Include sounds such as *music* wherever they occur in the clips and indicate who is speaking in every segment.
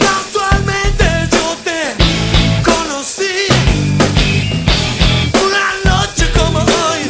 Speaker 1: Casualmente yo te conocí una noche como hoy.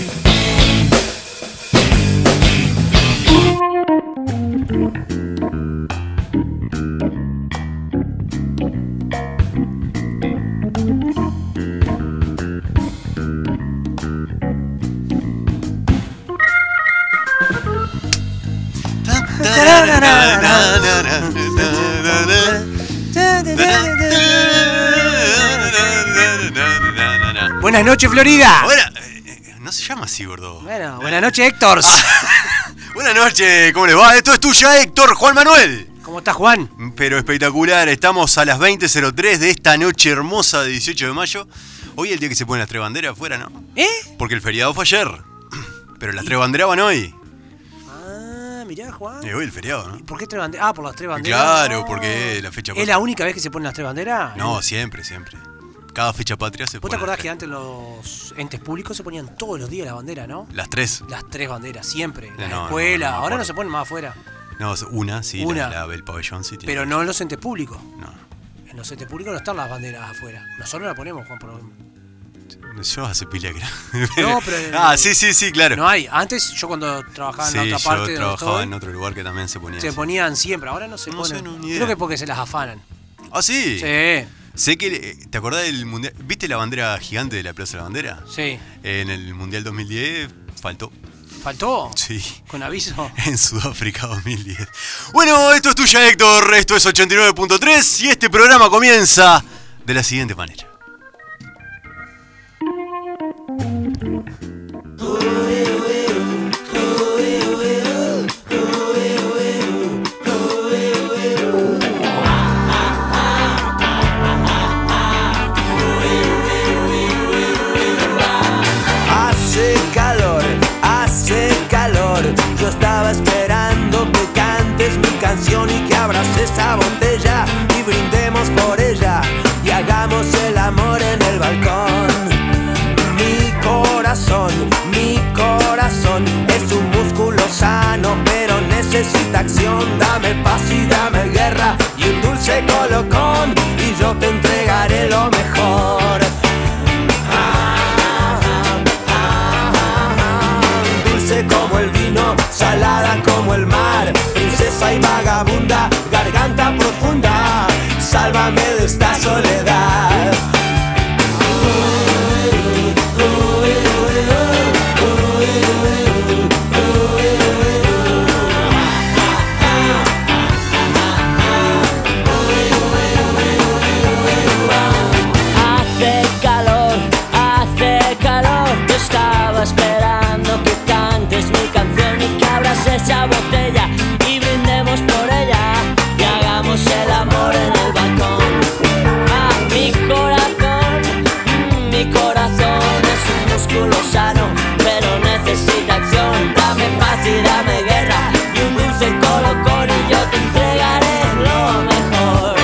Speaker 2: Buenas noches, Florida.
Speaker 3: Ahora, eh, no se llama así, gordo.
Speaker 2: Bueno, buenas
Speaker 3: *laughs*
Speaker 2: noches, Héctor.
Speaker 3: Buenas noches, ¿cómo les va? Esto es tuya, Héctor Juan Manuel.
Speaker 2: ¿Cómo estás, Juan?
Speaker 3: Pero espectacular, estamos a las 20.03 de esta noche hermosa de 18 de mayo. Hoy es el día que se ponen las tres banderas afuera, ¿no?
Speaker 2: ¿Eh?
Speaker 3: Porque el feriado fue ayer. *clears throat* Pero las tres banderas van hoy.
Speaker 2: Ah, mirá, Juan.
Speaker 3: Eh, hoy el feriado, ¿no?
Speaker 2: ¿Por qué tres banderas? Ah, por las tres banderas.
Speaker 3: Claro, porque la fecha
Speaker 2: ¿Es
Speaker 3: patria.
Speaker 2: la única vez que se ponen las tres banderas?
Speaker 3: No, siempre, siempre. Cada fecha patria se
Speaker 2: ¿Vos
Speaker 3: pone
Speaker 2: te acordás
Speaker 3: las
Speaker 2: que
Speaker 3: tres.
Speaker 2: antes los entes públicos se ponían todos los días la bandera, no?
Speaker 3: Las tres.
Speaker 2: Las tres banderas, siempre. La
Speaker 3: No, no,
Speaker 2: escuela,
Speaker 3: no, no me
Speaker 2: ahora no
Speaker 3: acuerdo.
Speaker 2: se ponen más afuera.
Speaker 3: No, una, sí, la-
Speaker 2: Una.
Speaker 3: La, del pabellón sí tiene.
Speaker 2: Pero no en los entes públicos.
Speaker 3: No.
Speaker 2: En los entes públicos no están las banderas afuera. Nosotros la ponemos, Juan, por lo menos.
Speaker 3: Yo hace pila que *laughs*
Speaker 2: No, pero- eh,
Speaker 3: ah, sí, sí, sí, claro.
Speaker 2: No hay. Antes, yo cuando trabajaba en
Speaker 3: sí,
Speaker 2: la otra
Speaker 3: yo
Speaker 2: parte de donde
Speaker 3: trabajaba
Speaker 2: estoy,
Speaker 3: en otro lugar que también se ponía.
Speaker 2: se
Speaker 3: así.
Speaker 2: ponían siempre. Ahora no se
Speaker 3: No
Speaker 2: ponen.
Speaker 3: sé, no, ni
Speaker 2: Creo
Speaker 3: idea.
Speaker 2: que porque se las afanan.
Speaker 3: Ah, sí.
Speaker 2: Sí,
Speaker 3: Sé que le- te acordás del mundial, ¿viste la bandera gigante de la Plaza de la Bandera?
Speaker 2: sí.
Speaker 3: En el Mundial 2010 faltó.
Speaker 2: ¿Faltó?
Speaker 3: Sí. *laughs*
Speaker 2: Con aviso.
Speaker 3: En Sudáfrica 2010. Bueno, esto es tuya, Héctor. Esto es 89.3 y este programa comienza de la siguiente manera.
Speaker 4: Hace calor, hace calor. Yo estaba esperando que cantes mi canción y que abras esa botella y brindemos por ella y hagamos el amor en el balcón. Mi corazón, mi corazón es un músculo sano, pero necesita acción. Dame paz y dame guerra y un dulce colocón y yo te entregaré lo mejor. dulce como el vino, salada como el mar, princesa y vagabunda, garganta profunda, sálvame de esta soledad.
Speaker 5: Hace calor, hace calor. Yo estaba esperando que cantes mi canción y que abras esa botella y brindemos por ella y hagamos el amor en el balcón. Ah, mi corazón, mm, mi corazón es un músculo sano, pero necesita acción. Dame paz y dame guerra y un dulce colocón y yo te entregaré lo mejor.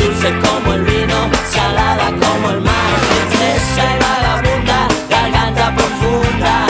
Speaker 5: Dulce como el vino, salada como el mar, princesa y vagabunda, garganta profunda,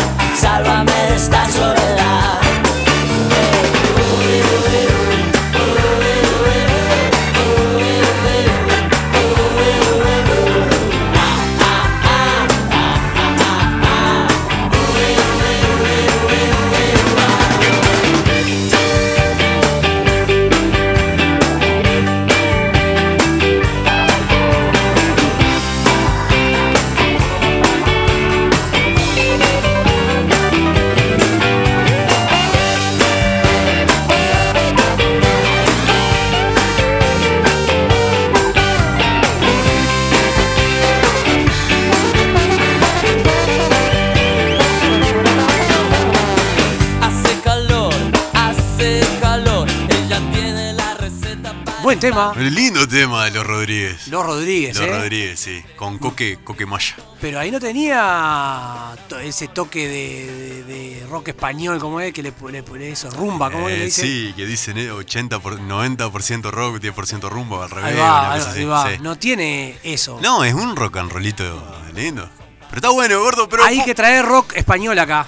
Speaker 2: Buen tema.
Speaker 3: El lindo tema de los Rodríguez.
Speaker 2: Los Rodríguez,
Speaker 3: Los
Speaker 2: ¿eh?
Speaker 3: Rodríguez, sí. Con Coque, Coque Maya.
Speaker 2: Pero ahí no tenía to- ese toque de, de- de rock español, como es, que le pone eso, rumba, ¿cómo es que
Speaker 3: Eh,
Speaker 2: le dice?
Speaker 3: sí, que dicen eh, 80 por, 90% rock, 10% rumbo, al revés.
Speaker 2: Ahí
Speaker 3: una
Speaker 2: va, ahí,
Speaker 3: cosa así,
Speaker 2: ahí va.
Speaker 3: sí.
Speaker 2: No tiene eso.
Speaker 3: No, es un rock and rollito lindo. Pero está bueno, gordo, pero.
Speaker 2: Hay
Speaker 3: po-
Speaker 2: que traer rock español acá.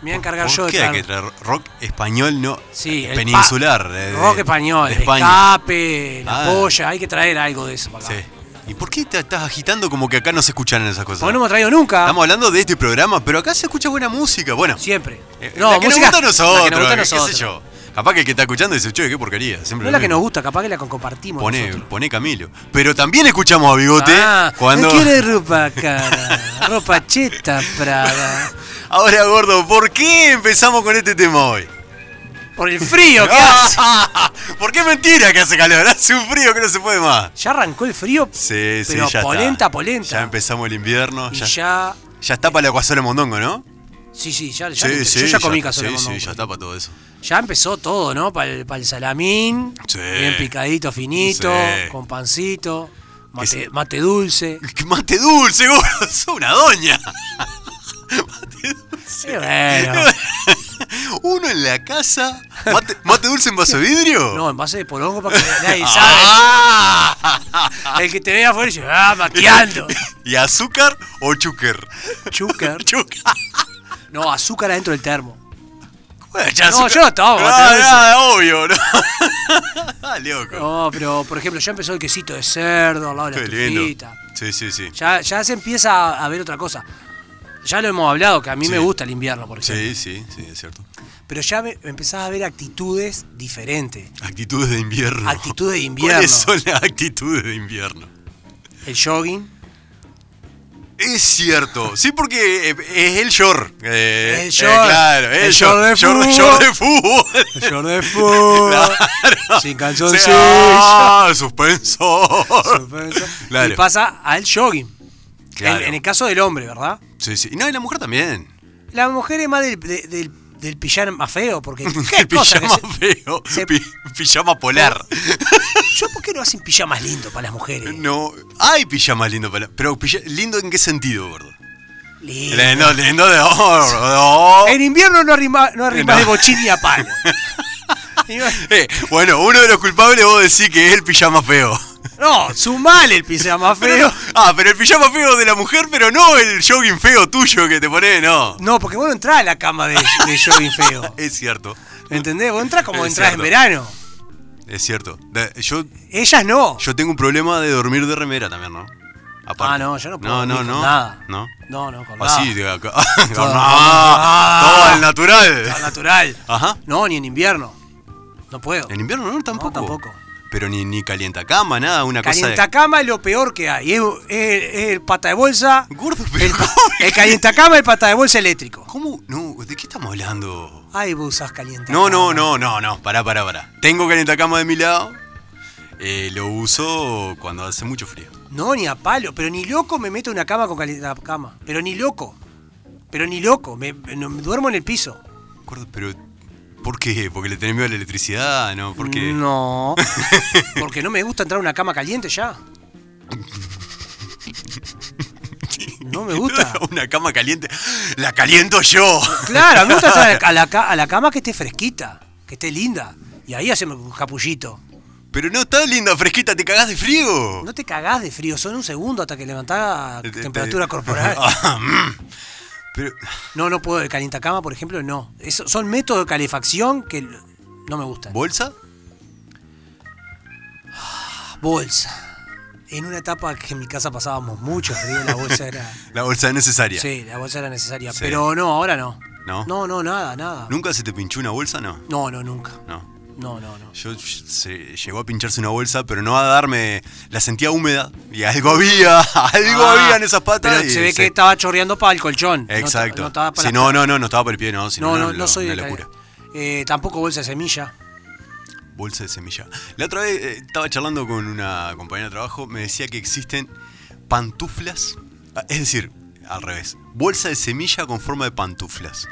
Speaker 2: Me voy a encargar
Speaker 3: ¿por
Speaker 2: yo de
Speaker 3: qué hay
Speaker 2: traer
Speaker 3: que traer rock español, no?
Speaker 2: Sí, el
Speaker 3: peninsular. eh,
Speaker 2: pa-
Speaker 3: de- de-
Speaker 2: rock español,
Speaker 3: de España.
Speaker 2: escape, la
Speaker 3: Ah.
Speaker 2: polla, hay que traer algo de eso para acá.
Speaker 3: Sí. ¿Y por qué te estás agitando como que acá no se escuchan esas cosas?
Speaker 2: Porque no hemos traído nunca,
Speaker 3: Estamos hablando de este programa, pero acá se escucha buena música. Bueno,
Speaker 2: siempre.
Speaker 3: eh, la que nos
Speaker 2: música-
Speaker 3: gusta a nosotros,
Speaker 2: la que nos gusta a
Speaker 3: eh, qué
Speaker 2: nosotros.
Speaker 3: sé yo. Capaz que el que está escuchando dice, che, qué porquería. Siempre
Speaker 2: No
Speaker 3: lo
Speaker 2: es la que
Speaker 3: mismo".
Speaker 2: nos gusta, capaz que la que compartimos
Speaker 3: Pone,
Speaker 2: nosotros.
Speaker 3: pone Camilo. Pero también escuchamos a Bigote
Speaker 2: Ah,
Speaker 3: cuando. *laughs*
Speaker 2: quiere ropa cara, ropa cheta prada.
Speaker 3: Ahora, gordo, ¿por qué empezamos con este tema
Speaker 2: *laughs*
Speaker 3: hoy?
Speaker 2: Por el frío que hace.
Speaker 3: Ah, *laughs* ¿Por qué mentira que hace calor? *laughs* Hace un frío que no se puede más.
Speaker 2: Ya arrancó el frío,
Speaker 3: Sí, sí,
Speaker 2: pero
Speaker 3: ya está.
Speaker 2: polenta, polenta.
Speaker 3: Ya empezamos el invierno.
Speaker 2: y
Speaker 3: Ya,
Speaker 2: ya...
Speaker 3: ya... está para la cazuela de mondongo, ¿no?
Speaker 2: Sí, sí, ya, ya,
Speaker 3: sí,
Speaker 2: yo
Speaker 3: sí.
Speaker 2: ya comí
Speaker 3: sí,
Speaker 2: cazuela con
Speaker 3: sí,
Speaker 2: mondongo.
Speaker 3: ya está para todo eso. *laughs*
Speaker 2: Ya empezó todo, ¿no? Para el, para el salamín,
Speaker 3: Sí.
Speaker 2: bien picadito, finito,
Speaker 3: Sí.
Speaker 2: con pancito, mate,
Speaker 3: se-
Speaker 2: mate dulce.
Speaker 3: ¡Qué Mate dulce, gordo. *laughs* Sos una doña.
Speaker 2: Sí, bueno.
Speaker 3: *laughs* Uno en la casa. Mate, mate dulce en vaso de vidrio.
Speaker 2: No, en base de polongo para que nadie sabe.
Speaker 3: *laughs* Ah.
Speaker 2: El que te vea afuera dice, ah, maqueando.
Speaker 3: *laughs* ¿Y azúcar o chúquer?
Speaker 2: Chúcar.
Speaker 3: Chúquer.
Speaker 2: No, azúcar adentro del termo.
Speaker 3: Bueno, ya
Speaker 2: No,
Speaker 3: azúcar-
Speaker 2: yo no tomo,
Speaker 3: No,
Speaker 2: mate dulce.
Speaker 3: no, *laughs* obvio, ¿no? Ah, loco.
Speaker 2: No, pero por ejemplo, ya empezó el quesito de cerdo al lado de la
Speaker 3: Qué lindo.
Speaker 2: estufita.
Speaker 3: Sí, sí, sí.
Speaker 2: Ya, ya se empieza a ver otra cosa. Ya lo hemos hablado, que a mí
Speaker 3: Sí.
Speaker 2: me gusta el invierno, por ejemplo.
Speaker 3: Sí, sí, sí, es cierto.
Speaker 2: Pero ya me- empezás a ver actitudes diferentes.
Speaker 3: Actitudes de invierno.
Speaker 2: Actitudes de
Speaker 3: *laughs*
Speaker 2: invierno.
Speaker 3: ¿Cuáles son las actitudes de invierno?
Speaker 2: El jogging,
Speaker 3: *laughs* Es cierto, sí, porque eh, es el short. eh,
Speaker 2: El
Speaker 3: eh,
Speaker 2: short.
Speaker 3: claro, es
Speaker 2: El short de fútbol.
Speaker 3: short de fútbol.
Speaker 2: el short de fútbol, sin
Speaker 3: Sí,
Speaker 2: calzoncillo.
Speaker 3: ah, suspenso.
Speaker 2: suspenso.
Speaker 3: Claro.
Speaker 2: Y pasa al jogging.
Speaker 3: Claro.
Speaker 2: En, en el caso del hombre, ¿verdad?
Speaker 3: Sí, sí. Y no, y la mujer también.
Speaker 2: La mujer es más del, de- del, del pijama feo,
Speaker 3: *laughs*
Speaker 2: porque qué
Speaker 3: el
Speaker 2: cosa que
Speaker 3: pijama
Speaker 2: se-
Speaker 3: feo.
Speaker 2: se-
Speaker 3: pi- pijama
Speaker 2: *laughs*
Speaker 3: polar.
Speaker 2: Yo, ¿por qué no hacen pijamas lindos para las mujeres?
Speaker 3: No, hay pijamas lindo para. Pero pija- lindo en qué sentido, gordo.
Speaker 2: Lindo.
Speaker 3: Lindo, lindo de oro. de oro.
Speaker 2: Eh. En invierno no arrimas no arrimas
Speaker 3: No.
Speaker 2: de bochín ni a
Speaker 3: *laughs*
Speaker 2: palo. Y bueno,
Speaker 3: Eh, bueno, uno de los culpables vos decís que es el pijama feo.
Speaker 2: no, sumale el pijama feo.
Speaker 3: Ah, pero el pijama feo de la mujer, pero no el jogging feo tuyo que te pone, no.
Speaker 2: No, porque vos no entrás a la cama de, de jogging
Speaker 3: *laughs*
Speaker 2: feo.
Speaker 3: Es cierto,
Speaker 2: ¿Entendés? Vos entrás como
Speaker 3: Es
Speaker 2: entrás en
Speaker 3: cierto.
Speaker 2: verano.
Speaker 3: es cierto. Da- Yo,
Speaker 2: Ellas no.
Speaker 3: yo tengo un problema de dormir de remera también, ¿no? Aparte.
Speaker 2: Ah, no, yo no puedo
Speaker 3: No, no,
Speaker 2: dormir
Speaker 3: no.
Speaker 2: con nada.
Speaker 3: No.
Speaker 2: No, no, con
Speaker 3: Así,
Speaker 2: nada.
Speaker 3: de acá. *laughs*
Speaker 2: Todo-
Speaker 3: Ah,
Speaker 2: Ah.
Speaker 3: todo al natural. *laughs*
Speaker 2: Al natural.
Speaker 3: Ajá.
Speaker 2: No, ni en invierno. No puedo.
Speaker 3: Ah. En invierno no, tampoco.
Speaker 2: tampoco.
Speaker 3: Pero ni, ni calienta cama, nada, una cosa.
Speaker 2: Calientacama es lo peor que hay. Es, es- es el pata de bolsa.
Speaker 3: De... Gordo, pero.
Speaker 2: El,
Speaker 3: *laughs*
Speaker 2: el calientacama es el pata de bolsa eléctrico.
Speaker 3: ¿Cómo? No, ¿de qué estamos hablando?
Speaker 2: Ay, vos usás calientacama.
Speaker 3: No, no, no, no, no, pará, pará, pará. Tengo calentacama de mi lado. eh, lo uso cuando hace mucho frío.
Speaker 2: No, ni a palo. Pero ni loco me meto en una cama con calientacama. Pero ni loco. Pero ni loco. Me, me- no- me duermo en el piso.
Speaker 3: Gordo, Pero, ¿por qué? ¿Porque le tenés miedo a la electricidad? ¿No? ¿Por qué? *laughs*
Speaker 2: No. Porque no me gusta entrar a una cama caliente ya. No me gusta.
Speaker 3: *laughs* Una cama caliente. ¡La caliento yo!
Speaker 2: Claro, a mí me gusta entrar a la- a la, ca- a la cama que esté fresquita, que esté linda. Y ahí hacemos un capullito.
Speaker 3: Pero no está linda, fresquita, te cagás de frío.
Speaker 2: No te cagás de frío, son un segundo hasta que levantás
Speaker 3: Te- te-
Speaker 2: temperatura corporal.
Speaker 3: *laughs* Ah, mm. Pero,
Speaker 2: No, no puedo. El calientacama, por ejemplo, no. Eso- son métodos de calefacción que l- no me gustan.
Speaker 3: ¿bolsa?
Speaker 2: Bolsa. En una etapa que en mi casa pasábamos mucho frío, la
Speaker 3: *laughs*
Speaker 2: bolsa era.
Speaker 3: La bolsa es necesaria.
Speaker 2: Sí, la bolsa era necesaria.
Speaker 3: Sí.
Speaker 2: Pero no, ahora no.
Speaker 3: ¿No?
Speaker 2: No, no, nada, nada.
Speaker 3: ¿Nunca se te pinchó una bolsa? No.
Speaker 2: No, no, nunca.
Speaker 3: No.
Speaker 2: No, no, no.
Speaker 3: Yo se llegó a pincharse una bolsa, pero no a darme. La sentía húmeda y algo había, *laughs* algo
Speaker 2: Ah,
Speaker 3: había en esas patas.
Speaker 2: Pero
Speaker 3: y
Speaker 2: se ve
Speaker 3: sí.
Speaker 2: que estaba chorreando para el colchón. no ta-
Speaker 3: Exacto.
Speaker 2: No, estaba para
Speaker 3: Sí,
Speaker 2: la-
Speaker 3: no, no, no, no estaba para el pie, no. si
Speaker 2: No, no,
Speaker 3: no,
Speaker 2: no soy
Speaker 3: una
Speaker 2: de
Speaker 3: locura.
Speaker 2: Eh, tampoco bolsa de semilla.
Speaker 3: Bolsa de semilla. La otra vez eh, estaba charlando con una compañera de trabajo, me decía que existen pantuflas. ah, Es decir, al revés. Bolsa de semilla con forma de pantuflas.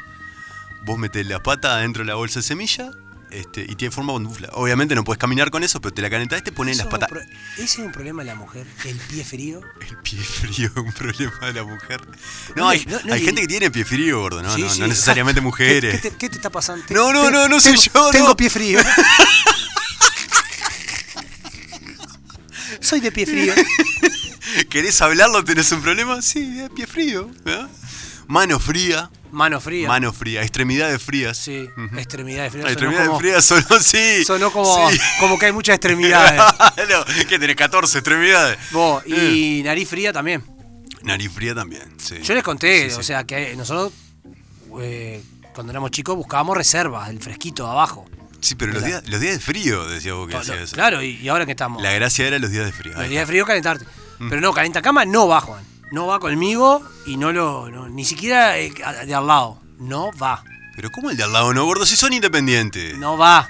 Speaker 3: Vos metés la pata adentro de la bolsa de semilla este, y tiene forma pantufla. Obviamente no puedes caminar con eso, pero te la calentás y te ponen
Speaker 2: Eso
Speaker 3: las
Speaker 2: es un
Speaker 3: patas.
Speaker 2: pro- Ese es un problema de la mujer, el pie frío.
Speaker 3: *laughs* El pie frío *laughs* es un problema de la mujer. No, hay,
Speaker 2: no, no
Speaker 3: hay
Speaker 2: le-
Speaker 3: gente que tiene pie frío, gordo, no,
Speaker 2: Sí,
Speaker 3: no,
Speaker 2: sí.
Speaker 3: no necesariamente
Speaker 2: ¿Qué,
Speaker 3: mujeres.
Speaker 2: qué te, qué te está pasando? Te-
Speaker 3: No, no,
Speaker 2: te-
Speaker 3: no, no soy
Speaker 2: tengo-
Speaker 3: yo, no.
Speaker 2: Tengo pie frío. Soy de pie frío.
Speaker 3: ¿Querés hablarlo? ¿Tenés un problema? Sí, es pie frío. ¿no? Mano fría,
Speaker 2: Mano fría.
Speaker 3: mano fría, extremidades frías.
Speaker 2: Sí,
Speaker 3: Ujú.
Speaker 2: extremidades frías.
Speaker 3: Las
Speaker 2: Sonó
Speaker 3: extremidades
Speaker 2: como-
Speaker 3: frías sonó, sí.
Speaker 2: Sonó como,
Speaker 3: sí.
Speaker 2: como que hay muchas
Speaker 3: *laughs*
Speaker 2: extremidades.
Speaker 3: Claro, que tenés 14 extremidades. Eh,
Speaker 2: Vos, y nariz fría también.
Speaker 3: Nariz fría también, sí.
Speaker 2: Yo les conté,
Speaker 3: Sí, sí.
Speaker 2: o sea, que nosotros eh, cuando éramos chicos buscábamos reservas, el fresquito de abajo.
Speaker 3: Sí, pero los días, los días de frío, decía vos que hacías eso.
Speaker 2: Claro, y, y ahora que estamos.
Speaker 3: La gracia era los días de frío.
Speaker 2: Los
Speaker 3: Ahí Mm.
Speaker 2: días de frío calentarte. Pero no, calienta cama no va, Juan. No va conmigo y no lo. no- ni siquiera eh, a- de al lado. No va.
Speaker 3: está. Pero ¿cómo el de al lado no, gordo? Si son independientes.
Speaker 2: No va.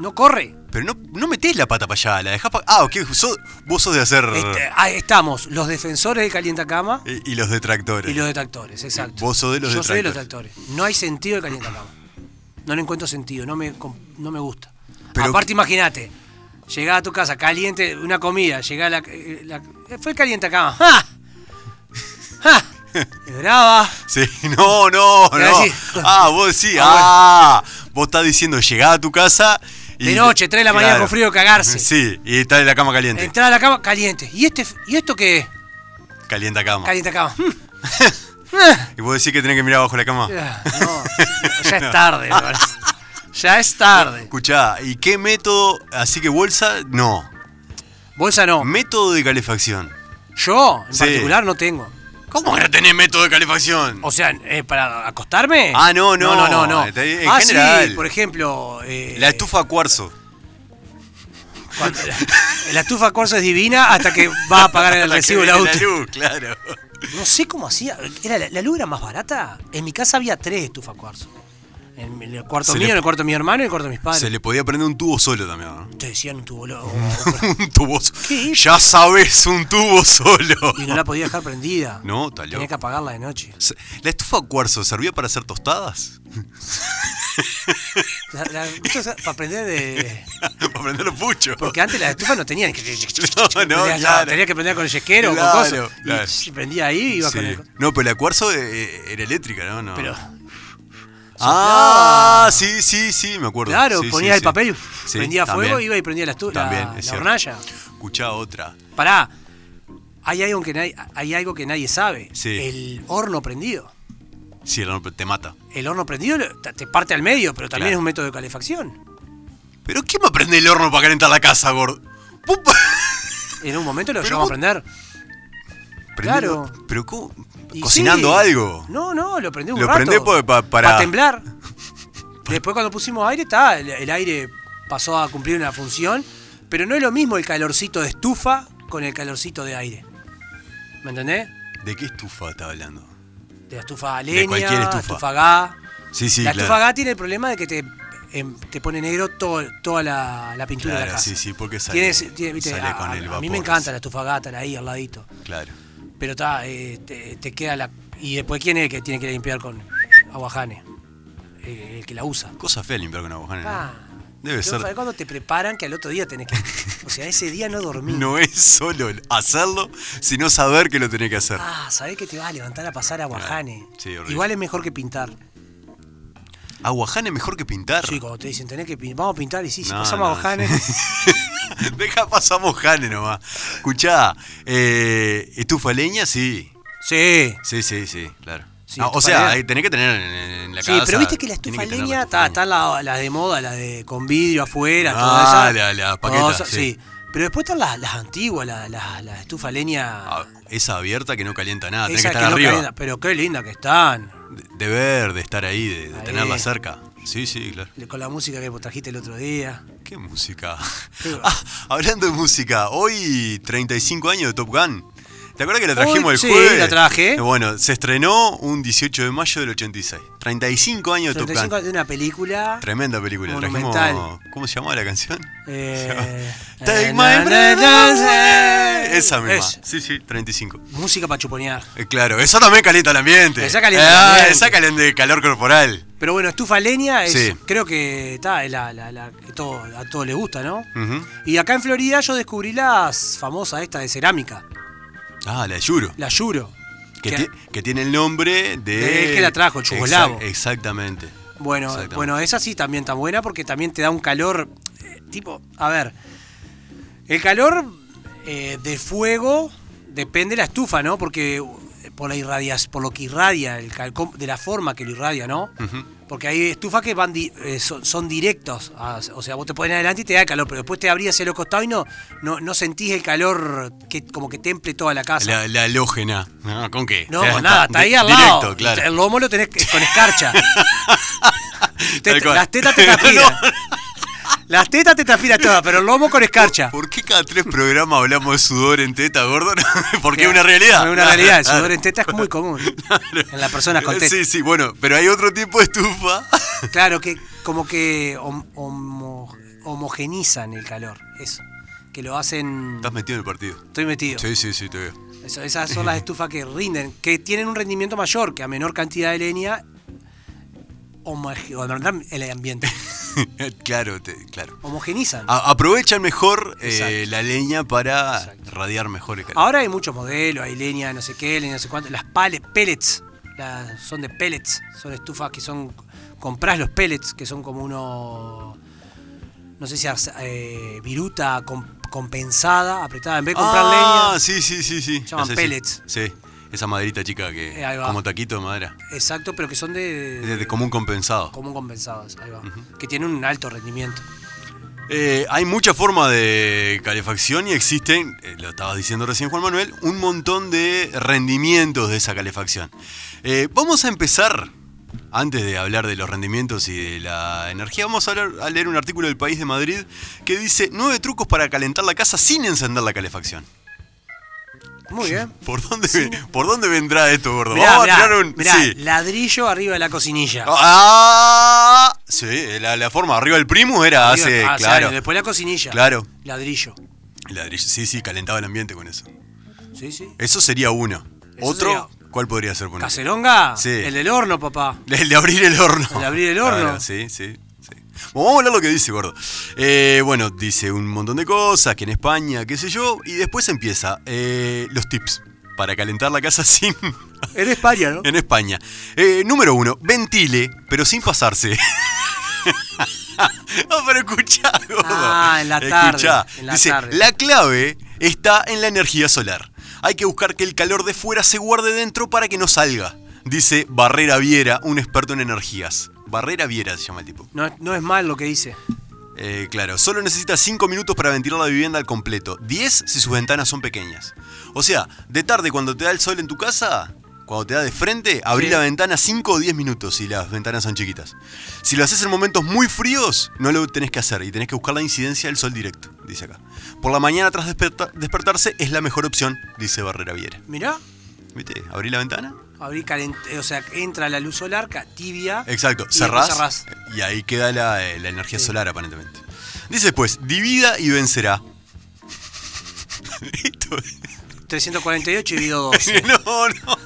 Speaker 2: No corre.
Speaker 3: Pero no, no metés la pata para allá, la dejás para... Ah, ok, sos- vos sos de hacer... eh,
Speaker 2: Este, ahí estamos, los defensores del calientacama
Speaker 3: Y, y los detractores.
Speaker 2: y los detractores, exacto.
Speaker 3: Vos sos de los
Speaker 2: Yo soy de los
Speaker 3: detractores.
Speaker 2: detractores. No hay sentido el calientacama. No le encuentro sentido, no me, com- no me gusta.
Speaker 3: Pero-
Speaker 2: Aparte, imagínate, llegás a tu casa caliente, una comida, llegás a la, eh, la- eh, Fue el calientacama. ¡Ja!
Speaker 3: *laughs*
Speaker 2: ¡Ja! Es brava.
Speaker 3: Sí, *laughs* no, no,
Speaker 2: Pero
Speaker 3: no.
Speaker 2: así-
Speaker 3: Ah, vos decís, ah,
Speaker 2: Ah,
Speaker 3: vos estás diciendo llegá a tu casa... Y,
Speaker 2: De noche, tres de la mañana, con frío, cagarse.
Speaker 3: Sí, y estás en la cama caliente.
Speaker 2: Entrar a la cama caliente. ¿Y este y esto qué es? Mm.
Speaker 3: Calienta cama.
Speaker 2: Calienta
Speaker 3: *laughs*
Speaker 2: cama.
Speaker 3: Y vos decís que tenés que mirar abajo la cama.
Speaker 2: No, Ah, ya es tarde, la verdad. Ya es
Speaker 3: *laughs*
Speaker 2: tarde.
Speaker 3: Escuchá, ¿y qué método? Así que bolsa, no.
Speaker 2: Bolsa no.
Speaker 3: Método de calefacción.
Speaker 2: Yo, en
Speaker 3: Sí.
Speaker 2: particular, no tengo.
Speaker 3: ¿Cómo que no tenés método de calefacción?
Speaker 2: O sea, eh, ¿para acostarme?
Speaker 3: Ah, no, no.
Speaker 2: No, no, no.
Speaker 3: Está bien, en
Speaker 2: ah,
Speaker 3: general.
Speaker 2: sí, por ejemplo... eh,
Speaker 3: La estufa a cuarzo.
Speaker 2: cuando- la estufa corso es divina hasta que va a pagar el
Speaker 3: La que
Speaker 2: recibo de la
Speaker 3: viene
Speaker 2: UTI.
Speaker 3: luz, claro.
Speaker 2: No sé cómo hacía. Era, la, la luz era más barata. En mi casa había tres estufas cuarzo. En, el cuarto
Speaker 3: Se
Speaker 2: mío,
Speaker 3: le-
Speaker 2: en el cuarto de mi hermano y en el cuarto de mis padres.
Speaker 3: Se le podía prender un tubo solo también,
Speaker 2: *laughs*
Speaker 3: ¿no?
Speaker 2: Te decían un tubo lo-
Speaker 3: un tubo solo.
Speaker 2: ¿Qué?
Speaker 3: Ya sabes, un tubo
Speaker 2: *laughs*
Speaker 3: solo.
Speaker 2: y no la podía dejar prendida.
Speaker 3: No, está
Speaker 2: Tenía
Speaker 3: loco.
Speaker 2: que apagarla de noche.
Speaker 3: Se- ¿La estufa a cuarzo servía para hacer tostadas? *laughs*
Speaker 2: La- la- muchas- para prender de.
Speaker 3: para prender los puchos.
Speaker 2: Porque antes las estufas no tenían que.
Speaker 3: *laughs* No, no,
Speaker 2: Tenías-
Speaker 3: claro.
Speaker 2: Tenía que prender con el yesquero o
Speaker 3: Claro,
Speaker 2: con cosas.
Speaker 3: claro.
Speaker 2: Y sh, prendía ahí y iba
Speaker 3: Sí.
Speaker 2: con el.
Speaker 3: No, pero la cuarzo eh, era eléctrica, ¿no? no.
Speaker 2: Pero.
Speaker 3: Ah, sí, sí, sí, me acuerdo.
Speaker 2: Claro,
Speaker 3: Sí, sí,
Speaker 2: ponías el
Speaker 3: sí.
Speaker 2: papel,
Speaker 3: Sí,
Speaker 2: prendía fuego,
Speaker 3: también.
Speaker 2: iba y prendía la, estu-
Speaker 3: También,
Speaker 2: la,
Speaker 3: es
Speaker 2: la
Speaker 3: cierto.
Speaker 2: hornalla.
Speaker 3: Escuchá otra.
Speaker 2: Pará. Hay algo que nadie, hay algo que nadie sabe.
Speaker 3: Sí.
Speaker 2: El horno prendido.
Speaker 3: Sí, el hombre te mata.
Speaker 2: El horno prendido lo- te te parte al medio, pero también
Speaker 3: Claro.
Speaker 2: es un método de calefacción.
Speaker 3: ¿Pero quién va a prender el horno para calentar la casa, gordo? Vos *laughs* pa-
Speaker 2: En un momento lo
Speaker 3: Pero
Speaker 2: llevamos a
Speaker 3: vos-
Speaker 2: prender.
Speaker 3: Prendé el
Speaker 2: Claro.
Speaker 3: horno. ¿Pero cómo?
Speaker 2: Y
Speaker 3: ¿Cocinando
Speaker 2: sí.
Speaker 3: algo?
Speaker 2: No, no, lo prendí un
Speaker 3: Lo
Speaker 2: rato.
Speaker 3: prendés pa- pa- para-
Speaker 2: temblar. *laughs* Después cuando pusimos aire, está, el, el aire pasó a cumplir una función, pero no es lo mismo el calorcito de estufa con el calorcito de aire. ¿Me entendés?
Speaker 3: ¿De qué estufa estaba hablando?
Speaker 2: De la estufa a leña,
Speaker 3: cualquier estufa.
Speaker 2: estufa a gas.
Speaker 3: Sí, sí,
Speaker 2: la
Speaker 3: claro.
Speaker 2: estufa a gas tiene el problema de que te, em, te pone negro todo- toda la, la pintura de la
Speaker 3: Claro,
Speaker 2: casa.
Speaker 3: sí, sí, porque sale-
Speaker 2: Tienes- tiene- viste,
Speaker 3: sale
Speaker 2: a,
Speaker 3: con el
Speaker 2: a- a mí
Speaker 3: vapor,
Speaker 2: me encanta
Speaker 3: sí.
Speaker 2: la estufa a gas, estar ahí al ladito.
Speaker 3: Claro.
Speaker 2: Pero está, eh, te, te queda la. Y después, ¿quién es el que tiene que limpiar con aguajane? El, el que la usa.
Speaker 3: Cosa fea limpiar con agujanes. ¿no?
Speaker 2: Ah,
Speaker 3: Debe
Speaker 2: yo
Speaker 3: ser.
Speaker 2: sabés cuando te preparan que al otro día tenés que. O sea, ese día no dormí.
Speaker 3: No es solo hacerlo, sino saber que lo tenés que hacer.
Speaker 2: Ah, sabés que te vas a levantar a pasar aguajane.
Speaker 3: Sí, horrible.
Speaker 2: Igual es mejor que pintar.
Speaker 3: Aguajane es mejor que pintar.
Speaker 2: Sí, cuando te dicen, tenés que pintar. Vamos a pintar y sí, si
Speaker 3: No, no,
Speaker 2: pasamos aguajane.
Speaker 3: *laughs* Deja pasamos Jane nomás. Escuchá, eh, estufa a leña, sí.
Speaker 2: *laughs* Sí.
Speaker 3: Sí, sí, sí, claro.
Speaker 2: Sí,
Speaker 3: Ah, o
Speaker 2: estufa
Speaker 3: sea,
Speaker 2: leña.
Speaker 3: ahí tenés que tener en, en la
Speaker 2: Sí,
Speaker 3: casa.
Speaker 2: pero viste que la
Speaker 3: tiene
Speaker 2: estufa a
Speaker 3: tener la
Speaker 2: leña
Speaker 3: estufa
Speaker 2: está,
Speaker 3: a
Speaker 2: está
Speaker 3: leña.
Speaker 2: la, la de moda, la de con vidrio afuera,
Speaker 3: Ah,
Speaker 2: toda esa.
Speaker 3: la- la paqueta,
Speaker 2: cosa,
Speaker 3: sí.
Speaker 2: sí. Pero después están las, las antiguas, las la, la estufa a leña.
Speaker 3: Ah, esa abierta que no calienta nada, Ah, tenés que
Speaker 2: Esa
Speaker 3: estar
Speaker 2: que no
Speaker 3: arriba.
Speaker 2: calienta, pero qué linda que están.
Speaker 3: De, de ver, de estar ahí, de, de
Speaker 2: Ahí.
Speaker 3: tenerla cerca. Sí, sí, claro.
Speaker 2: Con la música que vos trajiste el otro día.
Speaker 3: ¿Qué música?
Speaker 2: Pero-
Speaker 3: Ah, hablando de música, hoy 35 años de Top Gun. ¿Te acuerdas que la trajimos
Speaker 2: Uy,
Speaker 3: el
Speaker 2: sí,
Speaker 3: jueves? Eh,
Speaker 2: la traje.
Speaker 3: Bueno, se estrenó un 18 de mayo del 86. 35 años de Top Gun.
Speaker 2: 35 años de una película.
Speaker 3: Tremenda película. Trajimos-
Speaker 2: Monumental.
Speaker 3: ¿Cómo se llamaba la canción?
Speaker 2: eh,
Speaker 3: *laughs* Take
Speaker 2: na,
Speaker 3: my
Speaker 2: na,
Speaker 3: breath
Speaker 2: na,
Speaker 3: away.
Speaker 2: na,
Speaker 3: Esa misma.
Speaker 2: es.
Speaker 3: Sí, sí, 35.
Speaker 2: Música para chuponear.
Speaker 3: Eh, claro, eso también calienta el ambiente.
Speaker 2: Esa calienta el
Speaker 3: Ah,
Speaker 2: ambiente.
Speaker 3: Esa calienta el calor corporal.
Speaker 2: Pero bueno, estufa leña es,
Speaker 3: Sí.
Speaker 2: creo que está, es la, la- la que todo, a todo le gusta, ¿no?
Speaker 3: Ujú.
Speaker 2: Y acá en Florida yo descubrí las famosas esta de cerámica,
Speaker 3: Ah, la de Yuro.
Speaker 2: la Yuro.
Speaker 3: Que,
Speaker 2: que-
Speaker 3: ti- que tiene el nombre de.
Speaker 2: De que la trajo, el yugoslavo.
Speaker 3: Exact- exactamente.
Speaker 2: Bueno,
Speaker 3: Exactamente.
Speaker 2: bueno, esa sí también tan buena porque también te da un calor, eh, tipo, a ver, el calor eh, de fuego depende de la estufa, ¿no? Porque eh, por la irradias, por lo que irradia, el cal- com- de la forma que lo irradia, ¿no? Porque hay estufas que van di- eh, son, son directos, a- o sea, vos te pones adelante y te da calor, pero después te abrís hacia los costados y no, no, no sentís el calor que como que temple toda la casa.
Speaker 3: La, la halógena. No, ¿Con qué?
Speaker 2: No,
Speaker 3: Está-
Speaker 2: nada, está ahí
Speaker 3: di-
Speaker 2: al lado.
Speaker 3: Directo, claro.
Speaker 2: El lomo lo tenés que- con escarcha. Te-
Speaker 3: Tal cual.
Speaker 2: las tetas
Speaker 3: *laughs*
Speaker 2: te transpiran.
Speaker 3: No.
Speaker 2: Las tetas te transpiran todas, pero el lomo con escarcha.
Speaker 3: ¿Por qué cada tres programas hablamos de sudor en teta, gordo? *laughs* Porque es
Speaker 2: Claro,
Speaker 3: una realidad.
Speaker 2: Es una realidad. El
Speaker 3: Claro.
Speaker 2: sudor
Speaker 3: *laughs*
Speaker 2: en teta es muy común en las personas con teta.
Speaker 3: Sí, sí, bueno, pero hay otro tipo de estufa. *laughs*
Speaker 2: Claro, que como que hom- homo- homogenizan el calor. Eso. Que lo hacen.
Speaker 3: Estás metido en el partido.
Speaker 2: Estoy metido.
Speaker 3: Sí, sí, sí, te veo.
Speaker 2: Eso- esas son las estufas que rinden, que tienen un rendimiento mayor, que a menor cantidad de leña. homo- El
Speaker 3: *laughs*
Speaker 2: ambiente.
Speaker 3: claro, te- claro.
Speaker 2: Homogenizan.
Speaker 3: A- aprovechan mejor eh,
Speaker 2: Exacto.
Speaker 3: la leña para radiar mejor el calor.
Speaker 2: Ahora hay muchos modelos, hay leña, no sé qué, leña, no sé cuánto. Las pale- pellets, las- son de pellets, son estufas que son. Comprás los pellets, que son como uno. No sé si as- eh, viruta com- compensada, apretada. En vez de comprar
Speaker 3: ah,
Speaker 2: leña.
Speaker 3: sí, sí, sí, sí.
Speaker 2: Llaman
Speaker 3: Esa sí.
Speaker 2: pellets.
Speaker 3: Sí, esa maderita chica que
Speaker 2: Eh, ahí va.
Speaker 3: como taquito de madera.
Speaker 2: Exacto, pero que son de.
Speaker 3: Es de- de- como un compensado.
Speaker 2: común compensadas, ahí va. Que tienen un alto rendimiento.
Speaker 3: Eh, hay mucha forma de calefacción y existen, eh, lo estabas diciendo recién Juan Manuel, un montón de rendimientos de esa calefacción. Eh, vamos a empezar, antes de hablar de los rendimientos y de la energía, vamos a, hablar- a leer un artículo del País de Madrid que dice nueve trucos para calentar la casa sin encender la calefacción.
Speaker 2: Muy bien.
Speaker 3: *laughs* ¿Por dónde, ve- ¿por dónde vendrá esto, gordo?
Speaker 2: Mirá,
Speaker 3: vamos
Speaker 2: mirá,
Speaker 3: a tirar Oh, un...
Speaker 2: mirá,
Speaker 3: sí.
Speaker 2: ladrillo arriba de la cocinilla.
Speaker 3: Ah, sí, la, la forma arriba del primo era
Speaker 2: Arriba-
Speaker 3: hace,
Speaker 2: ah, sí,
Speaker 3: claro,
Speaker 2: Después la cocinilla.
Speaker 3: Claro.
Speaker 2: Ladrillo.
Speaker 3: ladrillo. Sí, sí, calentaba el ambiente con eso.
Speaker 2: Sí, sí.
Speaker 3: Eso sería uno.
Speaker 2: Eso
Speaker 3: Otro,
Speaker 2: sería-
Speaker 3: ¿cuál podría ser? Bueno?
Speaker 2: ¿Caceronga?
Speaker 3: Sí.
Speaker 2: El del horno, papá.
Speaker 3: *laughs* El de abrir el horno.
Speaker 2: El de abrir el horno.
Speaker 3: Claro, sí, sí. sí. Bueno, vamos a hablar lo que dice, gordo. Eh, bueno, dice un montón de cosas, que en España, qué sé yo, y después empieza eh, los tips para calentar la casa *laughs* sin...
Speaker 2: En España, ¿no?
Speaker 3: en España. Eh, número uno, ventile, pero sin pasarse. *laughs* no, pero escuchá, gordo.
Speaker 2: Ah, en la tarde, en la
Speaker 3: Dice,
Speaker 2: tarde.
Speaker 3: la clave está en la energía solar. Hay que buscar que el calor de fuera se guarde dentro para que no salga. Dice Barrera Viera, un experto en energías. Barrera Viera se llama el tipo.
Speaker 2: No, no es mal lo que dice.
Speaker 3: Eh, claro, solo necesita 5 minutos para ventilar la vivienda al completo. 10 si sus ventanas son pequeñas. O sea, de tarde cuando te da el sol en tu casa, cuando te da de frente, abrí
Speaker 2: Sí.
Speaker 3: la ventana 5 o 10 minutos si las ventanas son chiquitas. Si lo haces en momentos muy fríos, no lo tenés que hacer y tenés que buscar la incidencia del sol directo, dice acá. Por la mañana tras desperta- despertarse es la mejor opción, dice Barrera Viera.
Speaker 2: Mirá,
Speaker 3: ¿Viste? Abrí la ventana.
Speaker 2: abrí calent- eh, o sea, entra la luz solar, ca- tibia.
Speaker 3: Exacto,
Speaker 2: y
Speaker 3: cerrás,
Speaker 2: después cerrás.
Speaker 3: y ahí queda la, eh, la energía solar aparentemente. Dice después, divida y vencerá. *laughs* Esto es-
Speaker 2: 348 y video
Speaker 3: *laughs*
Speaker 2: 12.
Speaker 3: no, no.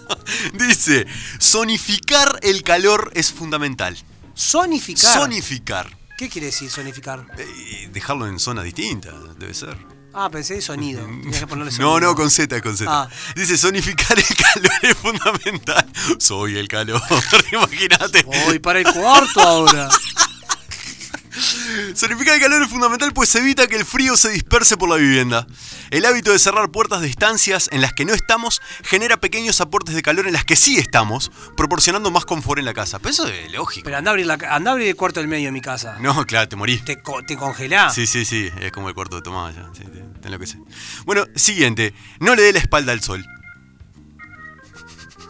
Speaker 3: Dice, sonificar el calor es fundamental.
Speaker 2: Sonificar.
Speaker 3: Sonificar.
Speaker 2: ¿Qué quiere decir sonificar?
Speaker 3: Eh, dejarlo en zonas distintas, debe ser.
Speaker 2: Ah, pensé de sonido. Tenías que ponerle
Speaker 3: Mm. *laughs* No,
Speaker 2: sonido.
Speaker 3: no, con Z, con Z.
Speaker 2: Ah.
Speaker 3: Dice, sonificar el *laughs* calor es fundamental. Soy el calor, *laughs* imagínate.
Speaker 2: Voy para el
Speaker 3: *laughs*
Speaker 2: cuarto ahora.
Speaker 3: Sonificar el calor es fundamental pues evita que el frío se disperse por la vivienda. El hábito de cerrar puertas de estancias en las que no estamos genera pequeños aportes de confort en las que sí estamos, proporcionando más confort en la casa. Pero eso es lógico.
Speaker 2: Pero anda a abrir, la, ca- andá a abrir el cuarto del medio de mi casa.
Speaker 3: No, claro, te morís.
Speaker 2: Te, co- te congelá.
Speaker 3: Sí, sí, sí, es como el cuarto de Tomás, ya, sí, te, te enloquece. Bueno, siguiente, no le dé la espalda al sol.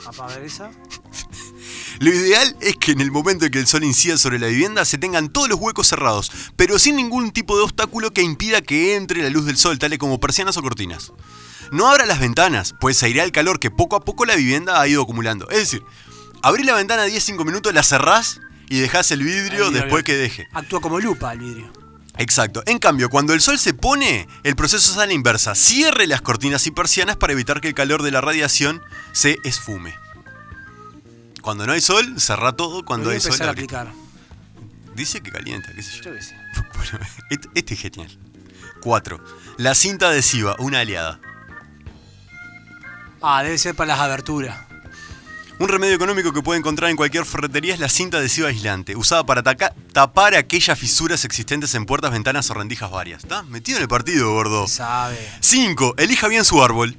Speaker 2: Apagar esa.
Speaker 3: Lo ideal es que en el momento en que el sol incida sobre la vivienda se tengan todos los huecos cerrados, pero sin ningún tipo de obstáculo que impida que entre la luz del sol, tales como persianas o cortinas. No abra las ventanas, pues se irá el calor que poco a poco la vivienda ha ido acumulando. Es decir, abrí la ventana 10-5 minutos, la cerrás y dejás el vidrio
Speaker 2: Ahí,
Speaker 3: después
Speaker 2: obvio.
Speaker 3: que deje.
Speaker 2: Actúa como lupa el vidrio.
Speaker 3: Exacto. En cambio, cuando el sol se pone, el proceso es a la inversa. Cierre las cortinas y persianas para evitar que el calor de la radiación se esfume. Cuando no hay sol, cerrá todo.
Speaker 2: Lo
Speaker 3: Cuando
Speaker 2: voy a
Speaker 3: hay sol,
Speaker 2: empezar a
Speaker 3: abrí.
Speaker 2: aplicar.
Speaker 3: dice que calienta, qué sé yo. *laughs*
Speaker 2: Yo qué sé.
Speaker 3: Bueno, este, este es genial. 4. La cinta adhesiva, una aliada.
Speaker 2: Ah, debe ser para las aberturas.
Speaker 3: Un remedio económico que puede encontrar en cualquier ferretería es la cinta adhesiva aislante, usada para taca- tapar aquellas fisuras existentes en puertas, ventanas o rendijas varias. ¿Estás metido en el partido, gordo?
Speaker 2: Sabe.
Speaker 3: 5. Elija bien su árbol.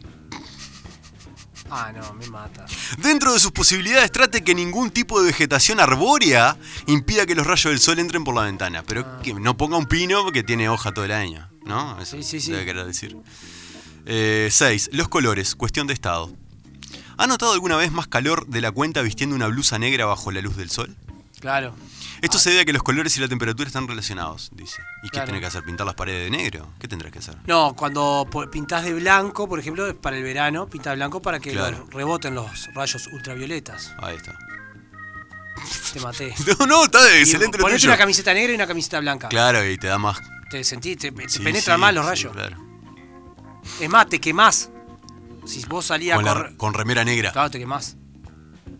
Speaker 2: Ah, no, me mata.
Speaker 3: Dentro de sus posibilidades, trate que ningún tipo de vegetación arbórea impida que los rayos del sol entren por la ventana. Pero que no ponga un pino que tiene hoja todo el año, ¿no? Eso
Speaker 2: Ah. Sí, sí, sí.
Speaker 3: debe querer decir. 6. Los colores, cuestión de estado. ¿Ha notado alguna vez más calor de la cuenta vistiendo una blusa negra bajo la luz del sol?
Speaker 2: Claro.
Speaker 3: Esto se debe a que los colores y la temperatura están relacionados, dice. ¿Y qué
Speaker 2: Ah. Claro.
Speaker 3: tiene que hacer? ¿Pintar las paredes de negro? ¿Qué tendrás que hacer?
Speaker 2: No, cuando po- pintás de blanco, por ejemplo, es para el verano, pinta de blanco para que
Speaker 3: Claro.
Speaker 2: los- reboten los rayos ultravioletas.
Speaker 3: Ahí está. *laughs*
Speaker 2: Te maté.
Speaker 3: No, no, está
Speaker 2: Y
Speaker 3: *laughs* excelente lo
Speaker 2: ponete
Speaker 3: tuyo.
Speaker 2: una camiseta negra y una camiseta blanca.
Speaker 3: Claro, y te da más.
Speaker 2: Te sentís, te, te
Speaker 3: Sí,
Speaker 2: penetran
Speaker 3: sí,
Speaker 2: más los
Speaker 3: sí,
Speaker 2: rayos.
Speaker 3: claro.
Speaker 2: Es más, te quemás. Si vos salías
Speaker 3: Con,
Speaker 2: a
Speaker 3: la-
Speaker 2: correr.
Speaker 3: con remera negra. *laughs*
Speaker 2: Claro, te quemás.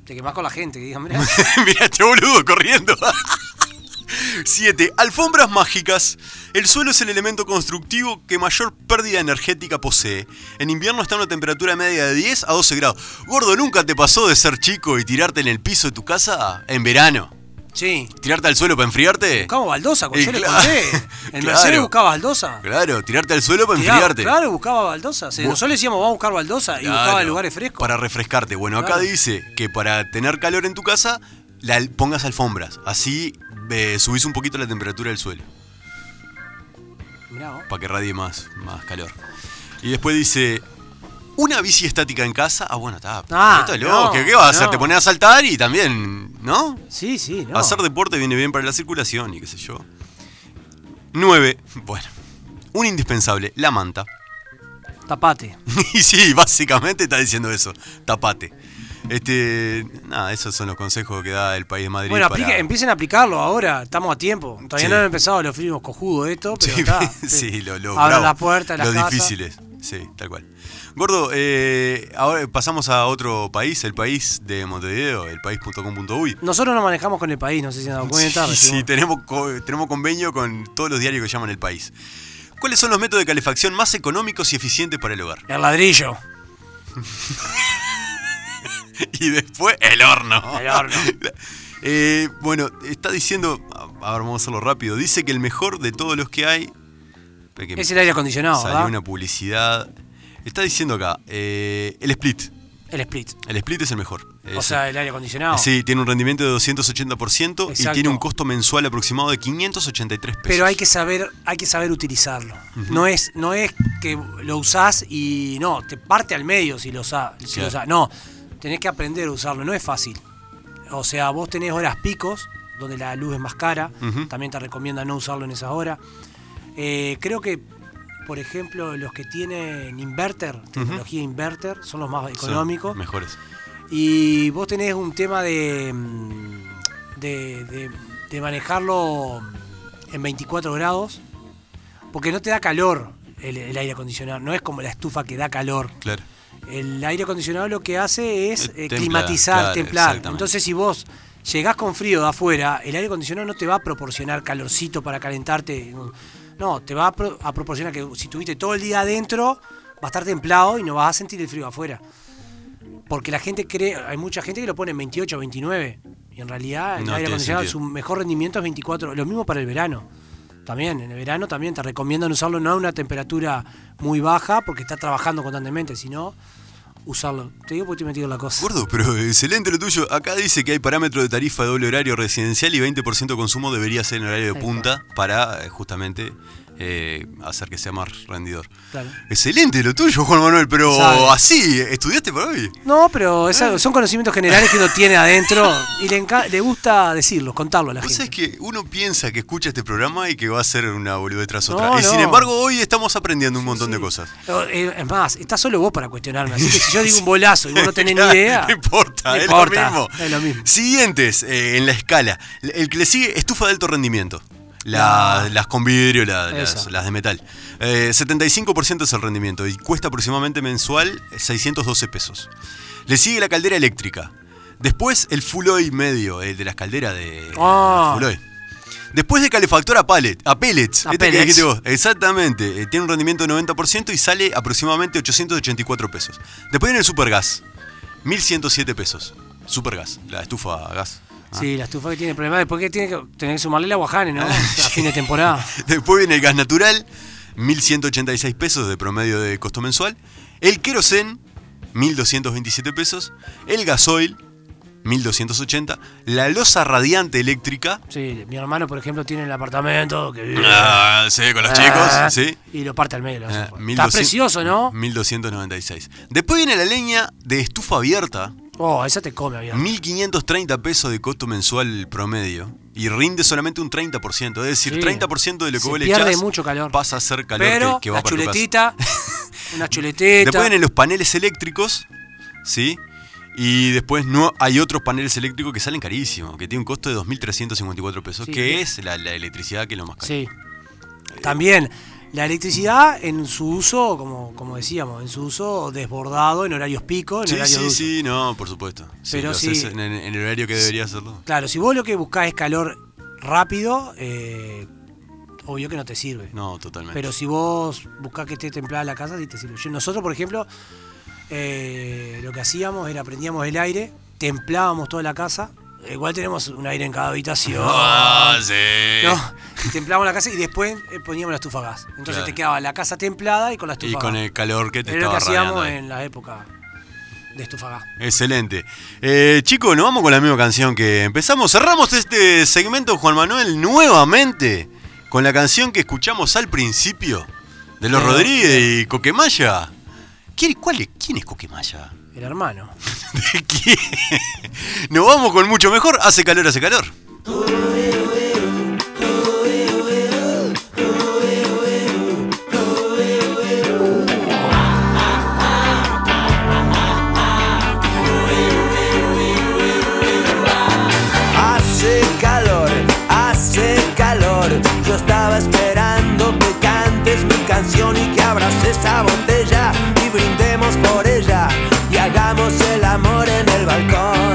Speaker 2: Te quemás con la gente, que digan, mirá.
Speaker 3: Mira este boludo corriendo. *laughs* 7. Alfombras mágicas. El suelo es el elemento constructivo que mayor pérdida energética posee. En invierno está a una temperatura media de 10 a 12 grados. Gordo, ¿nunca te pasó de ser chico y tirarte en el piso de tu casa en verano?
Speaker 2: sí.
Speaker 3: ¿Tirarte al suelo para enfriarte?
Speaker 2: Buscamos baldosa, cuando
Speaker 3: Y
Speaker 2: yo le
Speaker 3: Eh, claro, *laughs*
Speaker 2: conté. El
Speaker 3: claro.
Speaker 2: Mercedes buscaba baldosa.
Speaker 3: Claro, tirarte al suelo para
Speaker 2: Tiraba-
Speaker 3: enfriarte.
Speaker 2: Claro, buscaba baldosa. Sí,
Speaker 3: Bu-
Speaker 2: nosotros le decíamos, vamos a buscar baldosa y
Speaker 3: Claro,
Speaker 2: buscaba lugares frescos.
Speaker 3: Para refrescarte. Bueno, acá
Speaker 2: Claro.
Speaker 3: dice que para tener calor en tu casa, la, al- pongas alfombras. Así eh, subís un poquito la temperatura del suelo.
Speaker 2: Mirá, vos.
Speaker 3: para que radie más, más calor. Y después dice, una bici estática en casa. Ah, bueno, está.
Speaker 2: Ah,
Speaker 3: esto es
Speaker 2: no,
Speaker 3: loco. ¿Qué, qué vas a hacer?
Speaker 2: no.
Speaker 3: Te pones a saltar y también, ¿no?
Speaker 2: Sí, sí, no.
Speaker 3: Hacer deporte viene bien para la circulación y qué sé yo. 9. Bueno, un indispensable, la manta.
Speaker 2: Tapate.
Speaker 3: *laughs* Y sí, básicamente está diciendo eso. Tapate. Este, nada, esos son los consejos que da el país de Madrid.
Speaker 2: Bueno,
Speaker 3: para-
Speaker 2: aplique- empiecen a aplicarlo ahora, estamos a tiempo. Todavía
Speaker 3: Sí.
Speaker 2: no han empezado los fríos cojudos de esto, pero
Speaker 3: Sí, *laughs*
Speaker 2: está.
Speaker 3: sí, lo, lo
Speaker 2: Abran
Speaker 3: bravo,
Speaker 2: las puertas, las
Speaker 3: Los
Speaker 2: casas.
Speaker 3: difíciles. Sí, tal cual. Gordo, eh, ahora pasamos a otro país, el país de Montevideo, el país.com.uy.
Speaker 2: Nosotros nos manejamos con el país, no sé si se han dado
Speaker 3: Sí,
Speaker 2: cuenta.
Speaker 3: sí,
Speaker 2: recibimos-
Speaker 3: tenemos, co- tenemos convenio con todos los diarios que llaman el país. ¿Cuáles son los métodos de calefacción más económicos y eficientes para el hogar?
Speaker 2: El ladrillo.
Speaker 3: *laughs* Y después, el horno.
Speaker 2: El horno.
Speaker 3: *laughs* Eh, bueno, está diciendo, a ver, vamos a hacerlo rápido, dice que el mejor de todos los que hay... que-
Speaker 2: Es el aire acondicionado,
Speaker 3: Salió
Speaker 2: ¿verdad?
Speaker 3: una publicidad. Está diciendo acá, eh, el split.
Speaker 2: El split.
Speaker 3: El split es el mejor.
Speaker 2: O
Speaker 3: Es-
Speaker 2: sea, el aire acondicionado.
Speaker 3: Sí, tiene un rendimiento de 280% y
Speaker 2: Exacto.
Speaker 3: tiene un costo mensual aproximado de 583 pesos.
Speaker 2: Pero hay que saber, hay que saber utilizarlo. No es, no es que lo usás y no, te parte al medio si lo usás. si
Speaker 3: Claro.
Speaker 2: lo usás. No, tenés que aprender a usarlo, no es fácil. O sea, vos tenés horas picos, donde la luz es más cara,
Speaker 3: Ujú.
Speaker 2: también te recomienda no usarlo en esas horas. Eh, creo que, por ejemplo, los que tienen inverter, tecnología inverter, son los más
Speaker 3: Son
Speaker 2: económicos.
Speaker 3: Mejores.
Speaker 2: Y vos tenés un tema de, mm, de, de- de manejarlo mm, en 24 grados, porque no te da calor el, el aire acondicionado, no es como la estufa que da calor.
Speaker 3: Claro.
Speaker 2: El aire acondicionado lo que hace es
Speaker 3: Eh,
Speaker 2: eh,
Speaker 3: templa,
Speaker 2: climatizar,
Speaker 3: claro,
Speaker 2: templar.
Speaker 3: exactamente.
Speaker 2: Entonces si vos llegás con frío de afuera, el aire acondicionado no te va a proporcionar calorcito para calentarte. No, te va a, pro- a proporcionar que si tuviste todo el día adentro, va a estar templado y no vas a sentir el frío afuera. Porque la gente cree, hay mucha gente que lo pone en 28, 29. Y en realidad el
Speaker 3: No
Speaker 2: aire
Speaker 3: tiene
Speaker 2: acondicionado,
Speaker 3: sentido.
Speaker 2: su mejor rendimiento es 24. Lo mismo para el verano. También, en el verano también te recomiendan usarlo no a una temperatura muy baja porque está trabajando constantemente, sino usarlo. Te digo porque estoy metido en la cosa.
Speaker 3: Gordo, pero excelente lo tuyo. Acá dice que hay parámetro de tarifa de doble horario residencial y 20% de consumo debería ser en horario de
Speaker 2: Ahí
Speaker 3: punta para eh, justamente eh, eh, hacer que sea más rendidor.
Speaker 2: Claro.
Speaker 3: Excelente lo tuyo, Juan Manuel, pero
Speaker 2: Sabe.
Speaker 3: así, ¿estudiaste para hoy?
Speaker 2: No, pero es algo- son conocimientos generales que uno tiene adentro y le, enca- le gusta decirlos, contarlo a la
Speaker 3: Vos
Speaker 2: gente.
Speaker 3: sabés que uno piensa que escucha este programa y que va a ser una boludez tras
Speaker 2: No,
Speaker 3: otra. y sin
Speaker 2: no.
Speaker 3: embargo, hoy estamos aprendiendo un montón de cosas.
Speaker 2: O, eh, Es más, estás solo vos para cuestionarme. Así que si yo digo
Speaker 3: *laughs*
Speaker 2: un bolazo y vos no tenés ni
Speaker 3: Claro,
Speaker 2: idea.
Speaker 3: No importa,
Speaker 2: no
Speaker 3: es,
Speaker 2: importa,
Speaker 3: lo mismo.
Speaker 2: es lo mismo.
Speaker 3: Siguientes eh, en la escala. El que le sigue, estufa de alto rendimiento. La- Las con vidrio, la- las,
Speaker 2: Esa.
Speaker 3: las de metal. Eh, 75% es el rendimiento y cuesta aproximadamente mensual 612 pesos. Le sigue la caldera eléctrica. Después el full oil medio, el de las calderas de
Speaker 2: Ah.
Speaker 3: full oil. Después de calefactor a pallet, a pellets.
Speaker 2: A
Speaker 3: este que
Speaker 2: pellets.
Speaker 3: dijiste vos. Exactamente. Eh, tiene un rendimiento de 90% y sale aproximadamente 884 pesos. Después viene el supergas. 1107 pesos. Supergas, la estufa a gas. *laughs* Ah.
Speaker 2: Sí, la estufa que tiene problemas. Después que tiene que tener que sumarle la guajane, ¿no? A fin de temporada.
Speaker 3: Después viene el gas natural, 1186 pesos de promedio de costo mensual. El querosén, 1227 pesos. El gasoil, 1280. La losa radiante eléctrica.
Speaker 2: Sí, mi hermano, por ejemplo, tiene el apartamento que vive.
Speaker 3: Ah, sí, con los
Speaker 2: Ah,
Speaker 3: chicos, sí.
Speaker 2: Y lo parte al medio. lo hace
Speaker 3: Ah,
Speaker 2: fuera.
Speaker 3: 1200
Speaker 2: Está precioso, ¿no?
Speaker 3: 1296. Después viene la leña de estufa abierta,
Speaker 2: Oh, esa te come, había.
Speaker 3: 1530 pesos de costo mensual promedio. Y rinde solamente un 30%. Es decir,
Speaker 2: Sí.
Speaker 3: 30% de lo que
Speaker 2: Se
Speaker 3: vos le
Speaker 2: pierde
Speaker 3: echás
Speaker 2: mucho calor.
Speaker 3: pasa a ser calor
Speaker 2: Pero
Speaker 3: que, que va
Speaker 2: la
Speaker 3: para tu casa. *laughs*
Speaker 2: chuletita, una chuletita.
Speaker 3: Después vienen los paneles eléctricos, ¿sí? Y después no hay otros paneles eléctricos que salen carísimos, que tiene un costo de 2.354 pesos,
Speaker 2: Sí,
Speaker 3: que
Speaker 2: que-
Speaker 3: es la, la electricidad que es lo más caro.
Speaker 2: Sí. También la electricidad en su uso, como, como decíamos, en su uso desbordado, en horarios pico, en
Speaker 3: sí,
Speaker 2: horarios
Speaker 3: sí,
Speaker 2: dulces.
Speaker 3: sí, no, por supuesto. Sí,
Speaker 2: Pero
Speaker 3: lo
Speaker 2: sí.
Speaker 3: haces en, en el horario que debería hacerlo.
Speaker 2: Claro, si vos lo que buscás es calor rápido, eh, obvio que no te sirve.
Speaker 3: No, totalmente.
Speaker 2: Pero si vos buscás que esté templada la casa, sí te sirve. Yo- nosotros, por ejemplo, eh, lo que hacíamos era prendíamos el aire, templábamos toda la casa. Igual tenemos un aire en
Speaker 3: *laughs*
Speaker 2: cada habitación.
Speaker 3: Ah, sí.
Speaker 2: No, y templábamos la casa y después eh, poníamos la estufa a gas. Entonces
Speaker 3: Claro.
Speaker 2: te quedaba la casa templada y con la estufa
Speaker 3: Y
Speaker 2: a
Speaker 3: con
Speaker 2: gas.
Speaker 3: el calor que te
Speaker 2: Era lo que
Speaker 3: estaba radiando
Speaker 2: hacíamos
Speaker 3: ahí.
Speaker 2: en la época de estufa a gas.
Speaker 3: Excelente. Eh, chicos, nos vamos con la misma canción que empezamos. Cerramos este segmento, Juan Manuel, nuevamente con la canción que escuchamos al principio de Los
Speaker 2: Pero- eh.
Speaker 3: Rodríguez y Coquemaya. ¿Quién, cuál es, ¿Quién es Coquemaya? *laughs*
Speaker 2: El hermano.
Speaker 3: ¿De quién? Nos vamos con mucho mejor. Hace calor, hace calor.
Speaker 6: Hace calor, hace calor. Yo estaba esperando que cantes mi canción y que abras esa botella y brindemos por ella y hagamos el amor en el balcón.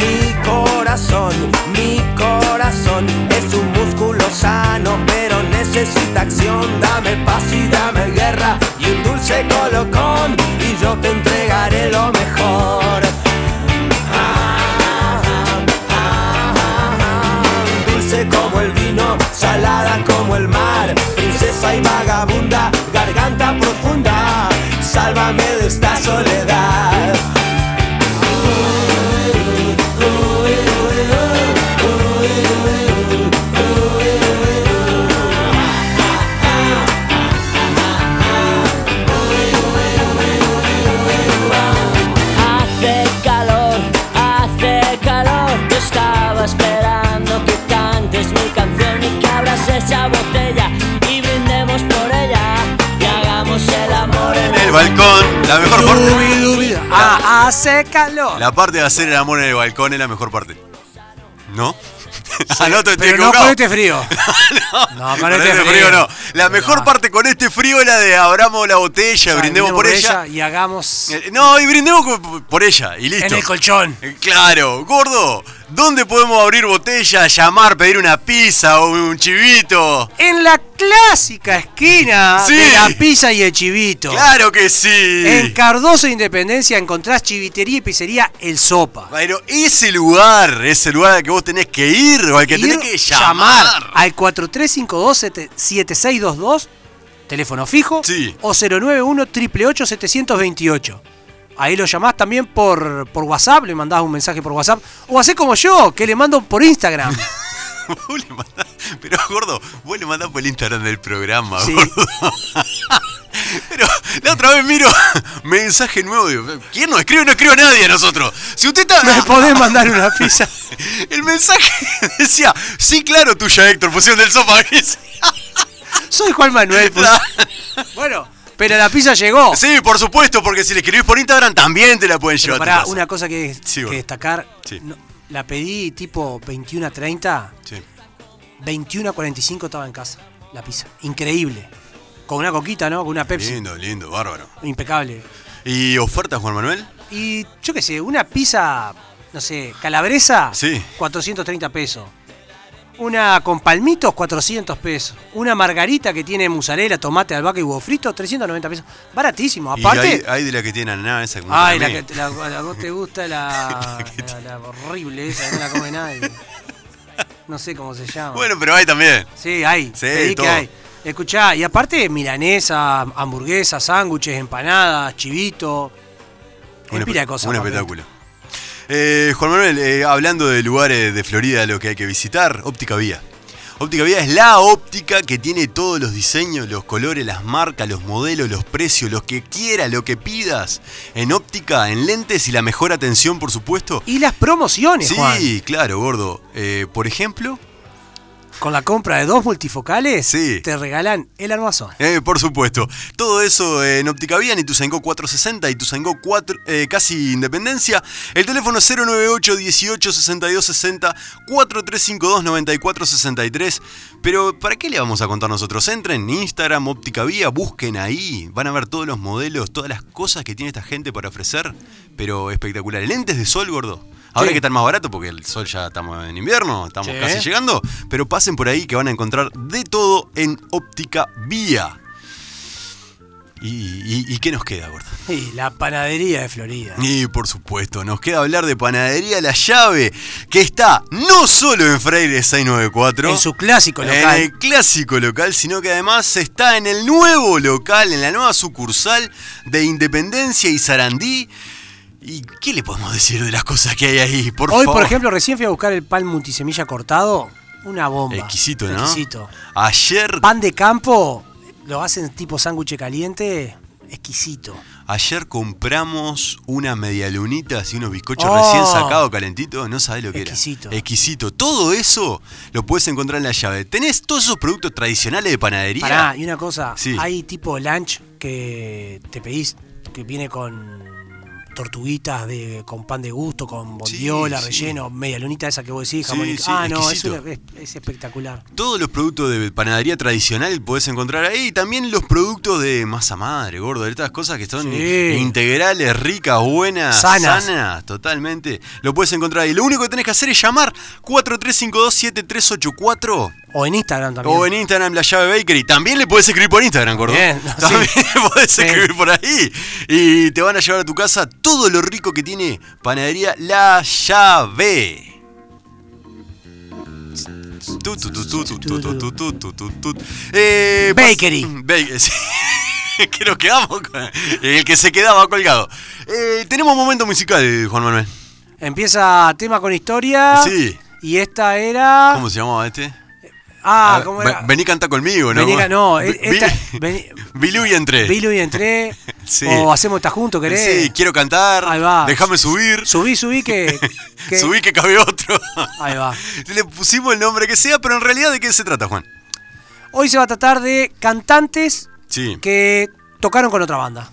Speaker 6: Mi corazón, mi corazón es un músculo sano, pero necesita acción. Dame paz y dame guerra y un dulce colocón y yo te entregaré lo mejor. Dulce como el vino, salada como el mar, princesa y vagabunda, garganta profunda, sálvame de esta soledad.
Speaker 5: Hace calor, hace calor. Yo estaba esperando que cantes mi canción y que abras esa botella y brindemos por ella y hagamos el amor en
Speaker 3: En el balcón, la mejor parte.
Speaker 2: Ah, hace calor.
Speaker 3: La parte de hacer el amor en el balcón es la mejor parte. ¿No? *laughs* ah, no, te, te
Speaker 2: pero no
Speaker 3: equivocado.
Speaker 2: con este
Speaker 3: *laughs*
Speaker 2: frío. No, con este
Speaker 3: este
Speaker 2: frío.
Speaker 3: no. La mejor
Speaker 2: No.
Speaker 3: parte con este frío es la de abramos la botella,
Speaker 2: O sea,
Speaker 3: brindemos por ella.
Speaker 2: Y hagamos
Speaker 3: Eh, No, y brindemos co- por ella, y listo.
Speaker 2: en el colchón.
Speaker 3: Eh, Claro, gordo, ¿dónde podemos abrir botella, llamar, pedir una pizza o un chivito?
Speaker 2: En la clásica esquina
Speaker 3: Sí.
Speaker 2: de la pizza y el chivito.
Speaker 3: Claro que sí.
Speaker 2: En Cardoso e Independencia encontrás chivitería y pizzería El Sopa.
Speaker 3: Pero ese lugar, ese lugar al que vos tenés que ir o al que tenés
Speaker 2: Ir,
Speaker 3: que llamar.
Speaker 2: al 4352-7622, teléfono fijo,
Speaker 3: Sí.
Speaker 2: o 091-888-728. Ahí lo llamás también por, por
Speaker 3: *laughs*
Speaker 2: WhatsApp, le mandás un mensaje por WhatsApp, o hacés como yo, que le mando por Instagram.
Speaker 3: Vos le mandás- Pero, gordo, vos le mandás por el Instagram del programa,
Speaker 2: Sí.
Speaker 3: gordo. *laughs* Pero la otra vez miro *laughs* mensaje nuevo. digo, ¿Quién nos escribe? No escribe nadie a nosotros. Si usted está.
Speaker 2: ¿Me podés mandar una pizza?
Speaker 3: *laughs* El mensaje *laughs* decía, sí, claro, tuya, Héctor, pusieron del *laughs* sofá.
Speaker 2: Soy Juan Manuel. pues. Bueno, pero la pizza llegó.
Speaker 3: *laughs* Sí, por supuesto, porque si le escribís por Instagram también te la pueden
Speaker 2: Pero
Speaker 3: llevar. a tu
Speaker 2: pará,
Speaker 3: casa.
Speaker 2: una cosa que,
Speaker 3: Sí,
Speaker 2: que
Speaker 3: bueno.
Speaker 2: destacar.
Speaker 3: Sí.
Speaker 2: no, la pedí tipo 21 a 30,
Speaker 3: Sí.
Speaker 2: 21 a 45 estaba en casa. La pizza. Increíble. Con una coquita, ¿no? Con una Pepsi.
Speaker 3: Lindo, lindo, bárbaro.
Speaker 2: Impecable.
Speaker 3: ¿Y ofertas, Juan Manuel?
Speaker 2: Y yo qué sé, una pizza, no sé, calabresa,
Speaker 3: Sí.
Speaker 2: 430 pesos. Una con palmitos, 400 pesos. Una margarita que tiene mozzarella, tomate, albahaca y huevo frito, 390 pesos. Baratísimo. Aparte,
Speaker 3: Y hay, hay de la que tiene ananá, esa como
Speaker 2: Ay,
Speaker 3: para mí.
Speaker 2: la que te- la, la- vos te gusta
Speaker 3: *laughs*
Speaker 2: la, la, la horrible esa, que no la come nadie. No sé cómo se llama.
Speaker 3: Bueno, pero hay también.
Speaker 2: sí, hay.
Speaker 3: Sí,
Speaker 2: pedí que
Speaker 3: todo.
Speaker 2: hay. Escuchá, y aparte milanesa, hamburguesas, sándwiches, empanadas, chivito.
Speaker 3: Un,
Speaker 2: Una pila de
Speaker 3: espe-
Speaker 2: cosas.
Speaker 3: un
Speaker 2: papito.
Speaker 3: espectáculo. Eh, Juan Manuel, eh, hablando de lugares de Florida, lo que hay que visitar, Óptica Vía. Óptica Vía es la óptica que tiene todos los diseños, los colores, las marcas, los modelos, los precios, lo que quiera, lo que pidas. En óptica, en lentes y la mejor atención, por supuesto.
Speaker 2: Y las promociones,
Speaker 3: Sí,
Speaker 2: Juan.
Speaker 3: claro, gordo. Eh, por ejemplo,
Speaker 2: Con la compra de dos multifocales,
Speaker 3: Sí.
Speaker 2: te regalan el armazón.
Speaker 3: Eh, por supuesto. Todo eso eh, en Óptica Vía, en Ituzaingó 460, Ituzaingó 4, eh, casi Independencia. El teléfono es 098 18 62 60 4352 94 63. Pero, ¿para qué le vamos a contar nosotros? Entren en Instagram, Óptica Vía, busquen ahí. Van a ver todos los modelos, todas las cosas que tiene esta gente para ofrecer. Pero espectacular. Lentes de sol, gordo. Ahora
Speaker 2: Sí.
Speaker 3: que están más barato porque el sol ya estamos en invierno, estamos
Speaker 2: Sí.
Speaker 3: casi llegando, pero pasen por ahí que van a encontrar de todo en óptica vía. ¿Y, y- y qué nos queda, gordo?
Speaker 2: Y *laughs* la panadería de Florida.
Speaker 3: Y por supuesto, nos queda hablar de Panadería La Llave, que está no solo en Freire 694,
Speaker 2: En su clásico
Speaker 3: en
Speaker 2: local.
Speaker 3: el clásico local, sino que además está en el nuevo local, en la nueva sucursal de Independencia y Sarandí. ¿Y qué le podemos decir de las cosas que hay ahí? Por
Speaker 2: Hoy,
Speaker 3: favor.
Speaker 2: por ejemplo, recién fui a buscar el pan multisemilla cortado. Una bomba.
Speaker 3: Exquisito, ¿no?
Speaker 2: Exquisito.
Speaker 3: Ayer,
Speaker 2: Pan de campo, lo hacen tipo sándwich caliente, exquisito.
Speaker 3: ayer compramos unas medialunitas y unos bizcochos
Speaker 2: Oh.
Speaker 3: recién sacados calentitos. No sabés lo que
Speaker 2: Exquisito.
Speaker 3: era. Exquisito. Todo eso lo puedes encontrar en la llave. Tenés todos esos productos tradicionales de panadería.
Speaker 2: Pará, y una cosa,
Speaker 3: Sí.
Speaker 2: hay tipo lunch que te pedís, que viene con tortuguitas de, con pan de gusto, con
Speaker 3: Sí,
Speaker 2: bondiola,
Speaker 3: sí.
Speaker 2: relleno, media lunita esa que vos decís,
Speaker 3: Sí,
Speaker 2: jamón y-
Speaker 3: sí,
Speaker 2: Ah, no, es,
Speaker 3: exquisito.
Speaker 2: una- es- es espectacular.
Speaker 3: Todos los productos de panadería tradicional podés encontrar ahí. Y también los productos de masa madre, gordo. de Estas cosas que son
Speaker 2: Sí.
Speaker 3: integrales, ricas, buenas,
Speaker 2: Sanas.
Speaker 3: totalmente. Lo puedes encontrar ahí. Lo único que tenés que hacer es llamar 4352-7384.
Speaker 2: O en Instagram también.
Speaker 3: O en Instagram, la llave Bakery. También le puedes escribir por Instagram, gordo. *laughs*
Speaker 2: Bien, no,
Speaker 3: También
Speaker 2: sí.
Speaker 3: le puedes
Speaker 2: Sí.
Speaker 3: escribir por ahí. Y te van a llevar a tu casa todo lo rico que tiene Panadería La Llave. Tu, tu, tu, tu, tu, tu, tu, tu, tu, tu, tu, tu. Eh, pas- *laughs*
Speaker 2: Bakery.
Speaker 3: Ba- sí. que nos quedamos con el que se quedaba colgado. Eh, tenemos momento musical, Juan Manuel.
Speaker 2: Empieza tema con historia.
Speaker 3: Sí.
Speaker 2: Y esta era.
Speaker 3: ¿Cómo se llamaba este?
Speaker 2: Ah,
Speaker 3: A-
Speaker 2: ¿cómo
Speaker 3: ve-
Speaker 2: era?
Speaker 3: Vení canta conmigo, ¿no?
Speaker 2: Vení
Speaker 3: *laughs*
Speaker 2: acá, no, e-
Speaker 3: Ve-
Speaker 2: esta-
Speaker 3: vi- *laughs*
Speaker 2: vení-
Speaker 3: Bilú y entré.
Speaker 2: Vilo y entré.
Speaker 3: Sí.
Speaker 2: O hacemos esta juntos, querés.
Speaker 3: Sí, quiero cantar.
Speaker 2: Ahí va.
Speaker 3: Déjame subir. *laughs*
Speaker 2: Subí, subí que. que-
Speaker 3: Subí que cabe otro.
Speaker 2: *laughs* Ahí va.
Speaker 3: *laughs* Le pusimos el nombre que sea, pero en realidad, ¿de qué se trata, Juan?
Speaker 2: Hoy se va a tratar de cantantes
Speaker 3: Sí.
Speaker 2: que tocaron con otra banda.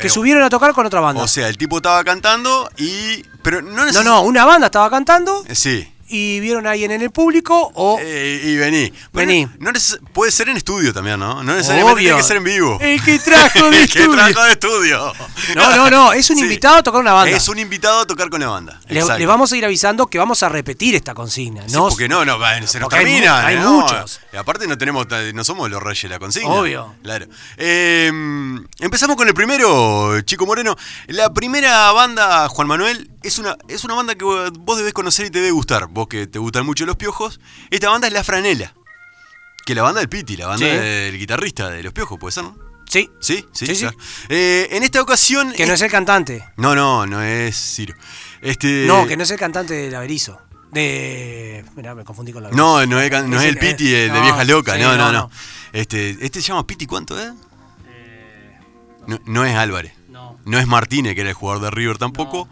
Speaker 2: Que
Speaker 3: Eh,
Speaker 2: subieron a tocar con otra banda.
Speaker 3: O sea, el tipo estaba cantando y. Pero no
Speaker 2: no,
Speaker 3: neces-
Speaker 2: no, una banda estaba cantando
Speaker 3: Eh, Sí.
Speaker 2: y vieron a alguien en el público o.
Speaker 3: Eh, y vení. Pero
Speaker 2: Oh. Vení.
Speaker 3: no- no neces- puede ser en estudio también, ¿no? No necesariamente
Speaker 2: Obvio.
Speaker 3: tiene que ser en vivo.
Speaker 2: El que trajo
Speaker 3: *laughs*
Speaker 2: de
Speaker 3: El que
Speaker 2: estudio.
Speaker 3: trajo de estudio.
Speaker 2: No, no, no, es un
Speaker 3: Sí.
Speaker 2: invitado a tocar una banda.
Speaker 3: Es un invitado a tocar con la banda.
Speaker 2: Le-
Speaker 3: Exacto.
Speaker 2: les vamos a ir avisando que vamos a repetir esta consigna.
Speaker 3: Sí,
Speaker 2: no,
Speaker 3: porque no, no, va, se nos
Speaker 2: porque hay mu-
Speaker 3: termina.
Speaker 2: hay
Speaker 3: ¿no?
Speaker 2: muchos.
Speaker 3: Y aparte no tenemos, ta- no somos los reyes de la consigna.
Speaker 2: Obvio.
Speaker 3: Claro. Eh, empezamos con el primero, Chico Moreno. La primera banda, Juan Manuel, es una, es una banda que vos debés conocer y te debe gustar. Vos que te gustan mucho los piojos. Esta banda es La Franela. Que la banda del Piti, la banda
Speaker 2: Sí.
Speaker 3: del guitarrista de los piojos, puede ser, ¿no?
Speaker 2: Sí,
Speaker 3: Sí, sí,
Speaker 2: Sí, sí.
Speaker 3: claro. Eh, en esta ocasión.
Speaker 2: que no es el cantante.
Speaker 3: No, no, no es Ciro. Este...
Speaker 2: No, que no es el cantante del Averizo. De. Mira, me confundí con la.
Speaker 3: No, no es, can- no es
Speaker 2: Ese-
Speaker 3: el Piti de, de
Speaker 2: no,
Speaker 3: Vieja Loca,
Speaker 2: sí,
Speaker 3: no, no, no. Este, este se llama Piti, ¿cuánto es? No, no es Álvarez.
Speaker 2: Eh, No.
Speaker 3: No es Martínez, que era el jugador de River tampoco.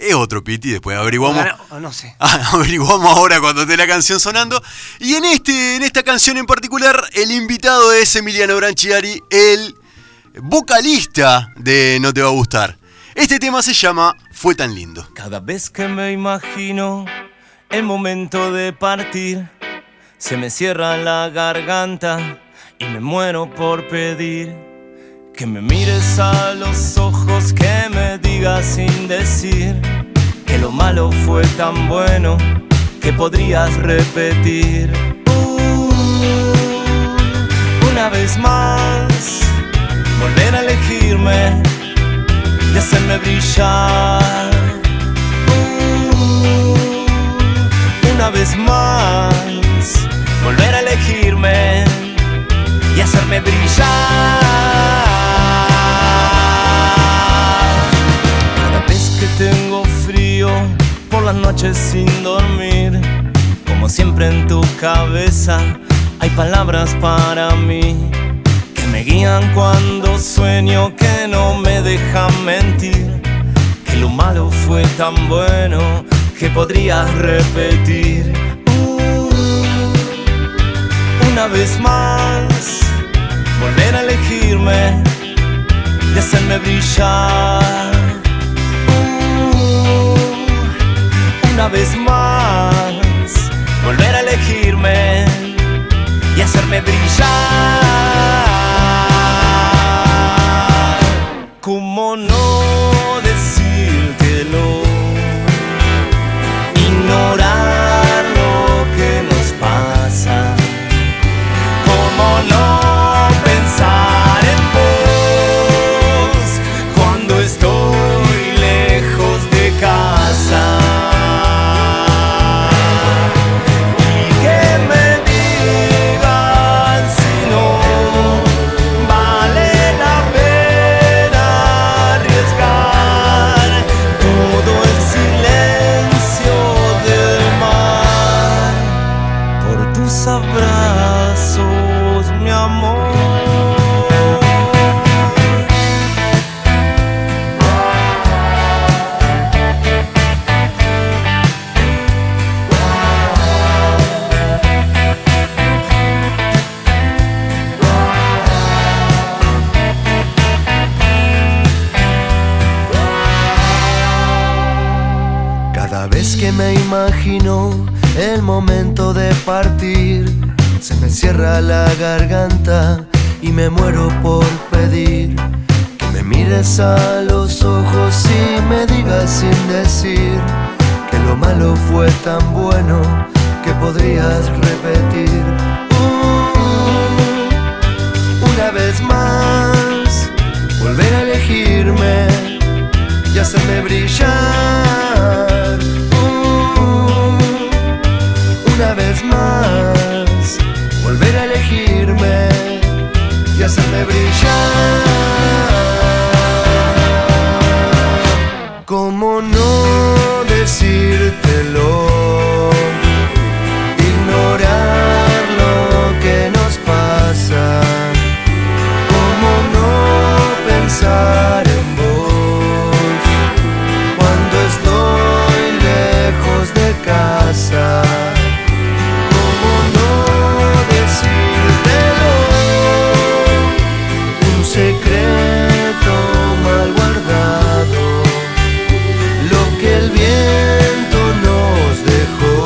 Speaker 3: Es otro Piti, después averiguamos.
Speaker 2: Ah, no sé.
Speaker 3: *laughs* Ah, Averiguamos ahora cuando esté la canción sonando. Y en, este, en esta canción en particular, el invitado es Emiliano Branchiari, el vocalista de No Te Va a Gustar. Este tema se llama Fue tan lindo.
Speaker 6: Cada vez que me imagino el momento de partir, se me cierra la garganta y me muero por pedir que me mires a los ojos, que me digas sin decir que lo malo fue tan bueno que podrías repetir. Uh, una vez más, volver a elegirme y hacerme brillar. Uh, una vez más volver a elegirme y hacerme brillar. Cada vez que tengo frío por las noches sin dormir, como siempre en tu cabeza hay palabras para mí que me guían cuando sueño, que no me dejan mentir, que lo malo fue tan bueno que podrías repetir. Uh, una vez más, volver a elegirme y hacerme brillar. Uh, una vez más, volver a elegirme y hacerme brillar. ¿Cómo no decírtelo? Ignorar lo que nos pasa. ¿Cómo no pensar en vos cuando estoy lejos de casa? Y que me digan si no vale la pena arriesgar todo el silencio del mar por tus abrazos, mi amor. Cada vez que me imagino el momento de partir, se me cierra la garganta y me muero por pedir que me mires a los ojos y me digas sin decir que lo malo fue tan bueno que podrías repetir. Uh, una vez más, volver a elegirme y hacerme brillar. Uh, una vez más, volver a elegirme y hacerme brillar. ¿Cómo no decírtelo? Ignorar lo que nos pasa. ¿Cómo no pensar en vos cuando estoy lejos de casa? ¿Cómo no decírtelo? Un secreto mal guardado, lo que el viento nos dejó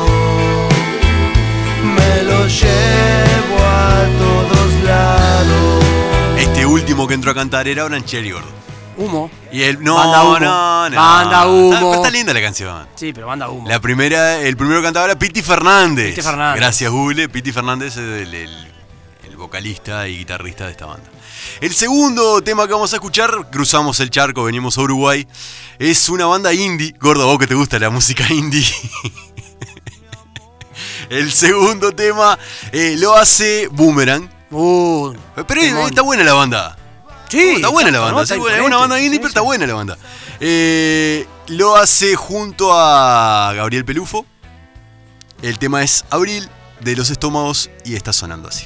Speaker 6: me lo llevo a todos lados.
Speaker 3: Este último que entró a cantar era Branchiari Gordo.
Speaker 2: Humo.
Speaker 3: Y el no,
Speaker 2: Banda humo.
Speaker 3: no, no.
Speaker 2: Banda humo.
Speaker 3: Está, está linda la canción.
Speaker 2: Sí, pero banda humo.
Speaker 3: La primera, el primero que cantaba era Piti Fernández.
Speaker 2: Piti Fernández.
Speaker 3: Gracias, Google. Piti Fernández es el, el- el vocalista y guitarrista de esta banda. El segundo tema que vamos a escuchar, cruzamos el charco, venimos a Uruguay. Es una banda indie. Gordo, vos que te gusta la música indie. *laughs* el segundo tema eh, lo hace Boomerang.
Speaker 2: Uh,
Speaker 3: Pero
Speaker 2: temón.
Speaker 3: está buena la banda.
Speaker 2: Sí,
Speaker 3: Está buena la
Speaker 2: exacto,
Speaker 3: banda,
Speaker 2: ¿no?
Speaker 3: sí, bueno,
Speaker 2: Está
Speaker 3: es
Speaker 2: diferente.
Speaker 3: una banda indie,
Speaker 2: Sí,
Speaker 3: pero
Speaker 2: sí.
Speaker 3: está buena la banda. Eh, lo hace junto a Gabriel Pelufo, El tema es Abril de los estómagos y está sonando así.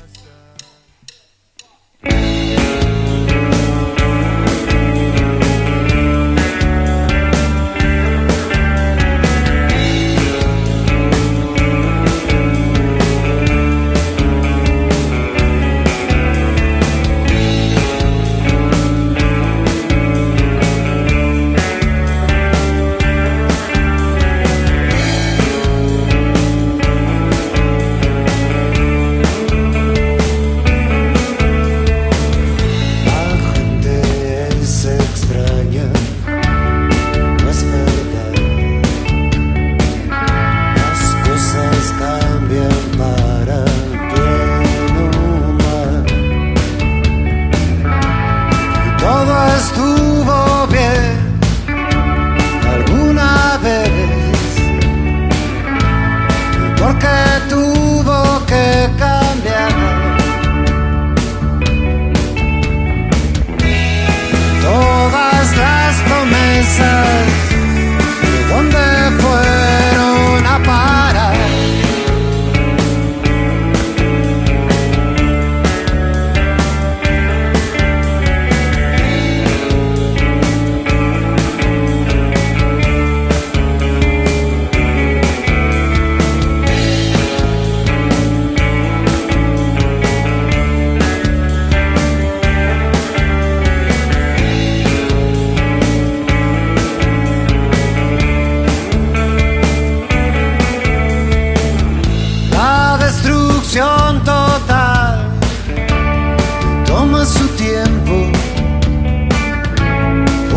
Speaker 7: La gente es extraña, no es verdad. Las cosas cambian para bien o mal. Y todo estuvo bien alguna vez. ¿Y por qué tuvo que cambiar? todas las promesas de dónde fueron a parar. La destrucción total toma su tiempo.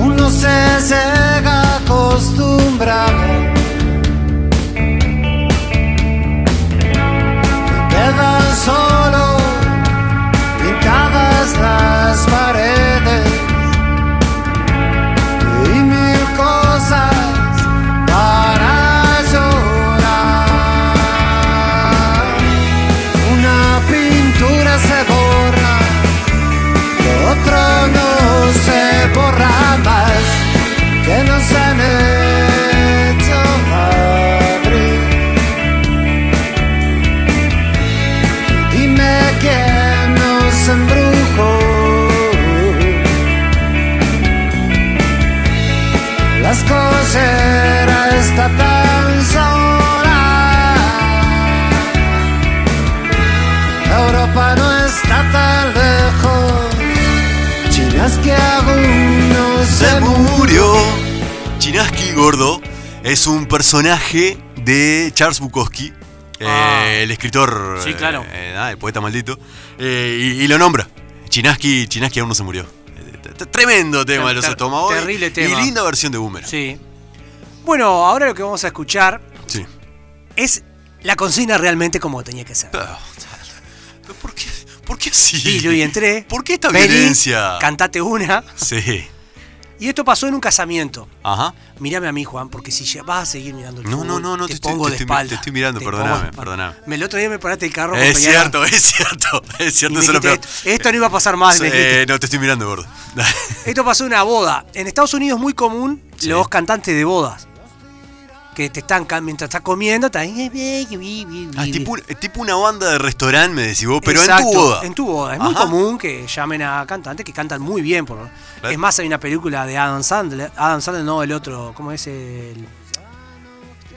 Speaker 7: Uno se llega a acostumbrar. Quedan solo pintadas las paredes y mil cosas para llorar. Una pintura se borra, lo otro no se borra más, que nos han hecho abrir. Dime quién nos embrujó. las coseras está tan sola. Europa no está tan lejos, China es que aún no
Speaker 3: se
Speaker 7: se murió.
Speaker 3: murió. Chinaski Gordo es un personaje de Charles Bukowski, eh,
Speaker 2: Ah.
Speaker 3: el escritor,
Speaker 2: Sí, claro.
Speaker 3: eh, nada, el poeta maldito, eh, y, y lo nombra. Chinaski, Chinaski aún no se murió. Eh, t- t- Tremendo tema de los
Speaker 2: ter-
Speaker 3: estómagos.
Speaker 2: terrible tema.
Speaker 3: Y linda versión de Boomerang.
Speaker 2: Sí. Bueno, ahora lo que vamos a escuchar
Speaker 3: Sí.
Speaker 2: es la consigna realmente como tenía que ser.
Speaker 3: Ah, ¿Por qué, por qué así?
Speaker 2: Y yo y entré.
Speaker 3: ¿Por qué esta
Speaker 2: vení,
Speaker 3: violencia?
Speaker 2: Cantate una.
Speaker 3: Sí.
Speaker 2: Y esto pasó en un casamiento.
Speaker 3: Ajá.
Speaker 2: Mírame a mí, Juan, porque si ya- vas a seguir mirando el
Speaker 3: No,
Speaker 2: fútbol,
Speaker 3: no, no, no,
Speaker 2: te,
Speaker 3: te estoy-
Speaker 2: pongo
Speaker 3: te
Speaker 2: de
Speaker 3: estoy-
Speaker 2: espalda.
Speaker 3: te estoy mirando,
Speaker 2: pongo de
Speaker 3: perdóname,
Speaker 2: espalda.
Speaker 3: perdóname.
Speaker 2: Me- El otro día me paraste el carro.
Speaker 3: Es
Speaker 2: compañera,
Speaker 3: cierto, es cierto, es
Speaker 2: y
Speaker 3: cierto,
Speaker 2: me
Speaker 3: eso es lo peor.
Speaker 2: dijiste, Esto no iba a pasar más. me dijiste.
Speaker 3: Eh, no, te estoy mirando, gordo.
Speaker 2: Esto pasó en una boda. En Estados Unidos es muy común
Speaker 3: Sí.
Speaker 2: los cantantes de bodas. Que te están, can- mientras estás comiendo, están... Ah,
Speaker 3: Ah, tipo, eh, tipo una banda de restaurante, me decís vos, pero en tu boda.
Speaker 2: En tu boda. Es muy
Speaker 3: Ajá.
Speaker 2: común que llamen a cantantes que cantan muy bien. Por...
Speaker 3: Claro.
Speaker 2: Es más, hay una película de Adam Sandler. Adam Sandler, no, el otro. ¿Cómo es el...?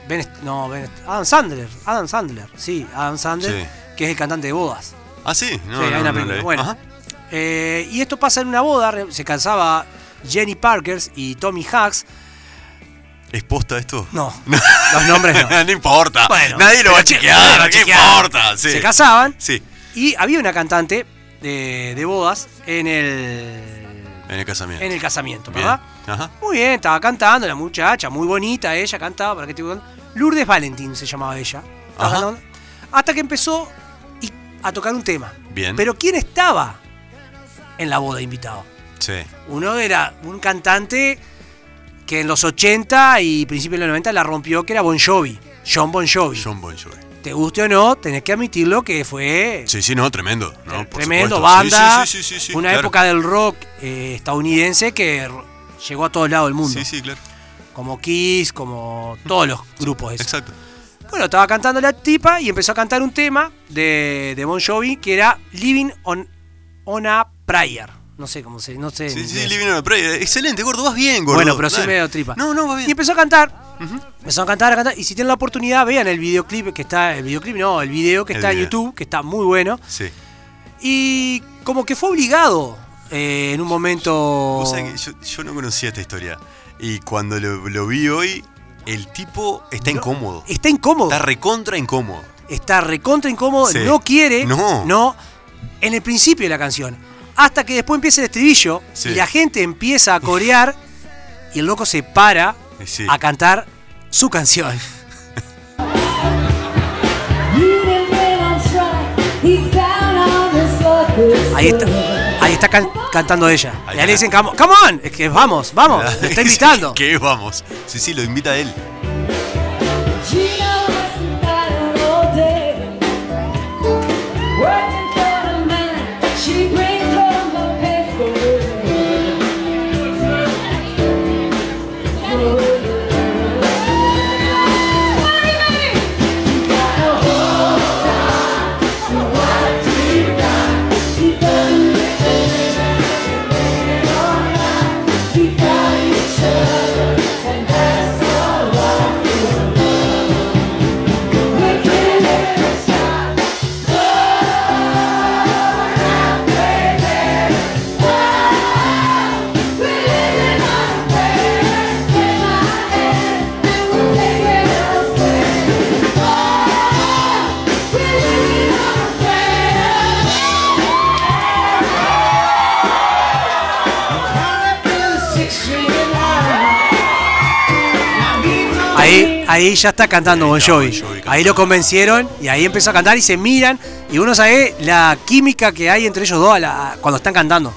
Speaker 2: Ben Est- no, Ben Est- Adam Sandler. Adam Sandler. Sí, Adam Sandler,
Speaker 3: Sí.
Speaker 2: que es el cantante de bodas.
Speaker 3: Ah, sí, no,
Speaker 2: Sí, hay
Speaker 3: no,
Speaker 2: una
Speaker 3: no la
Speaker 2: película.
Speaker 3: vi.
Speaker 2: bueno.
Speaker 3: Ajá.
Speaker 2: Eh, y esto pasa en una boda. re- Se cansaba Jenny Parkers y Tommy Hacks.
Speaker 3: ¿Es posta esto? *laughs*
Speaker 2: No, los nombres no.
Speaker 3: No importa.
Speaker 2: Bueno,
Speaker 3: Nadie lo va a
Speaker 2: pero-
Speaker 3: chequear,
Speaker 2: pero
Speaker 3: ¿qué
Speaker 2: chequeaban.
Speaker 3: importa? Sí.
Speaker 2: Se casaban
Speaker 3: Sí,
Speaker 2: y había una cantante de, de bodas en el,
Speaker 3: en el casamiento.
Speaker 2: en el casamiento,
Speaker 3: Bien.
Speaker 2: ¿verdad?
Speaker 3: Ajá.
Speaker 2: Muy bien, estaba cantando la muchacha, muy bonita ella, cantaba, ¿para qué te digo? Lourdes Valentín se llamaba ella. Estaba
Speaker 3: Ajá.
Speaker 2: cantando. hasta que empezó y- a tocar un tema.
Speaker 3: Bien.
Speaker 2: Pero ¿quién estaba en la boda invitado?
Speaker 3: Sí.
Speaker 2: Uno era un cantante que en los 80 y principios de los 90 la rompió, que era Bon Jovi. John Bon Jovi.
Speaker 3: John Bon Jovi.
Speaker 2: te guste o no, tenés que admitirlo que fue
Speaker 3: Sí, sí, no, tremendo. No, Por
Speaker 2: tremendo,
Speaker 3: supuesto.
Speaker 2: banda,
Speaker 3: Sí, sí, sí, sí, sí,
Speaker 2: una
Speaker 3: claro.
Speaker 2: época del rock eh, estadounidense que ro- llegó a todos lados del mundo,
Speaker 3: Sí, sí, claro.
Speaker 2: como Kiss, como todos los grupos esos.
Speaker 3: Exacto.
Speaker 2: Bueno, estaba cantando la tipa y empezó a cantar un tema de, de Bon Jovi que era Living on, on a Prayer. No sé cómo se... No sé en
Speaker 3: Sí, sí,
Speaker 2: inglés.
Speaker 3: Living on a Prayer. Excelente, gordo, vas bien, gordo.
Speaker 2: Bueno, pero sí
Speaker 3: Dale.
Speaker 2: medio tripa.
Speaker 3: No, no, vas
Speaker 2: Y
Speaker 3: bien.
Speaker 2: empezó a cantar. Empezó a cantar, a cantar. Y si tienen la oportunidad, vean el videoclip que está. El videoclip, no, el video que
Speaker 3: El
Speaker 2: está en
Speaker 3: video.
Speaker 2: YouTube, que está muy bueno.
Speaker 3: Sí.
Speaker 2: Y como que fue obligado eh, en un momento.
Speaker 3: Vos sabés que yo, yo no conocía esta historia. Y cuando lo, lo vi hoy, el tipo está incómodo.
Speaker 2: Está incómodo.
Speaker 3: Está recontra incómodo.
Speaker 2: Está recontra incómodo.
Speaker 3: Sí.
Speaker 2: No quiere.
Speaker 3: No.
Speaker 2: En el principio de la canción. Hasta que después empieza el estribillo.
Speaker 3: Sí.
Speaker 2: Y la gente empieza a corear. y el loco se para
Speaker 3: Sí.
Speaker 2: a cantar su canción. Ahí está, ahí está can- cantando ella.
Speaker 3: Ahí
Speaker 2: Y ahí
Speaker 3: está.
Speaker 2: le dicen, come on, come on", es que vamos,
Speaker 3: *laughs*
Speaker 2: vamos, le está invitando.
Speaker 3: que vamos. Sí, sí, lo invita a él.
Speaker 2: Ahí, ahí ya está cantando Bon
Speaker 3: está
Speaker 2: Jovi.
Speaker 3: Bon Jovi
Speaker 2: Ahí lo convencieron y ahí empezó a cantar y se miran. Y uno sabe la química que hay entre ellos dos a la- cuando están cantando.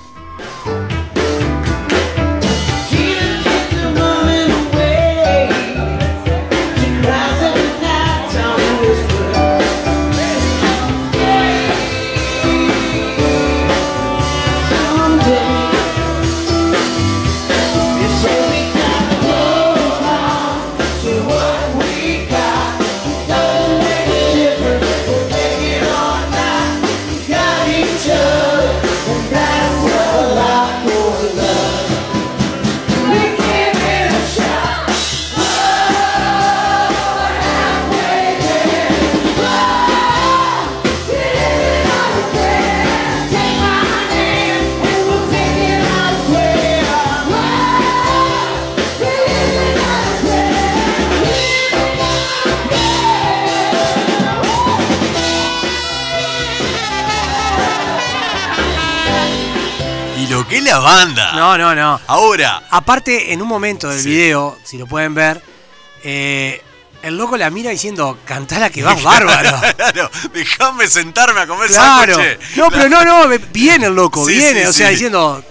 Speaker 3: Y lo que es la banda.
Speaker 2: No, no, no.
Speaker 3: Ahora.
Speaker 2: Aparte, en un momento del
Speaker 3: Ah. Sí.
Speaker 2: video, si lo pueden ver, eh, el loco la mira diciendo, cantala que vas
Speaker 3: *laughs*
Speaker 2: bárbaro.
Speaker 3: Claro, dejame sentarme a *laughs* comer
Speaker 2: Claro.
Speaker 3: sándwiches.
Speaker 2: No, pero
Speaker 3: *laughs*
Speaker 2: no, no, viene el loco,
Speaker 3: Sí,
Speaker 2: viene.
Speaker 3: sí,
Speaker 2: o sea,
Speaker 3: sí.
Speaker 2: diciendo.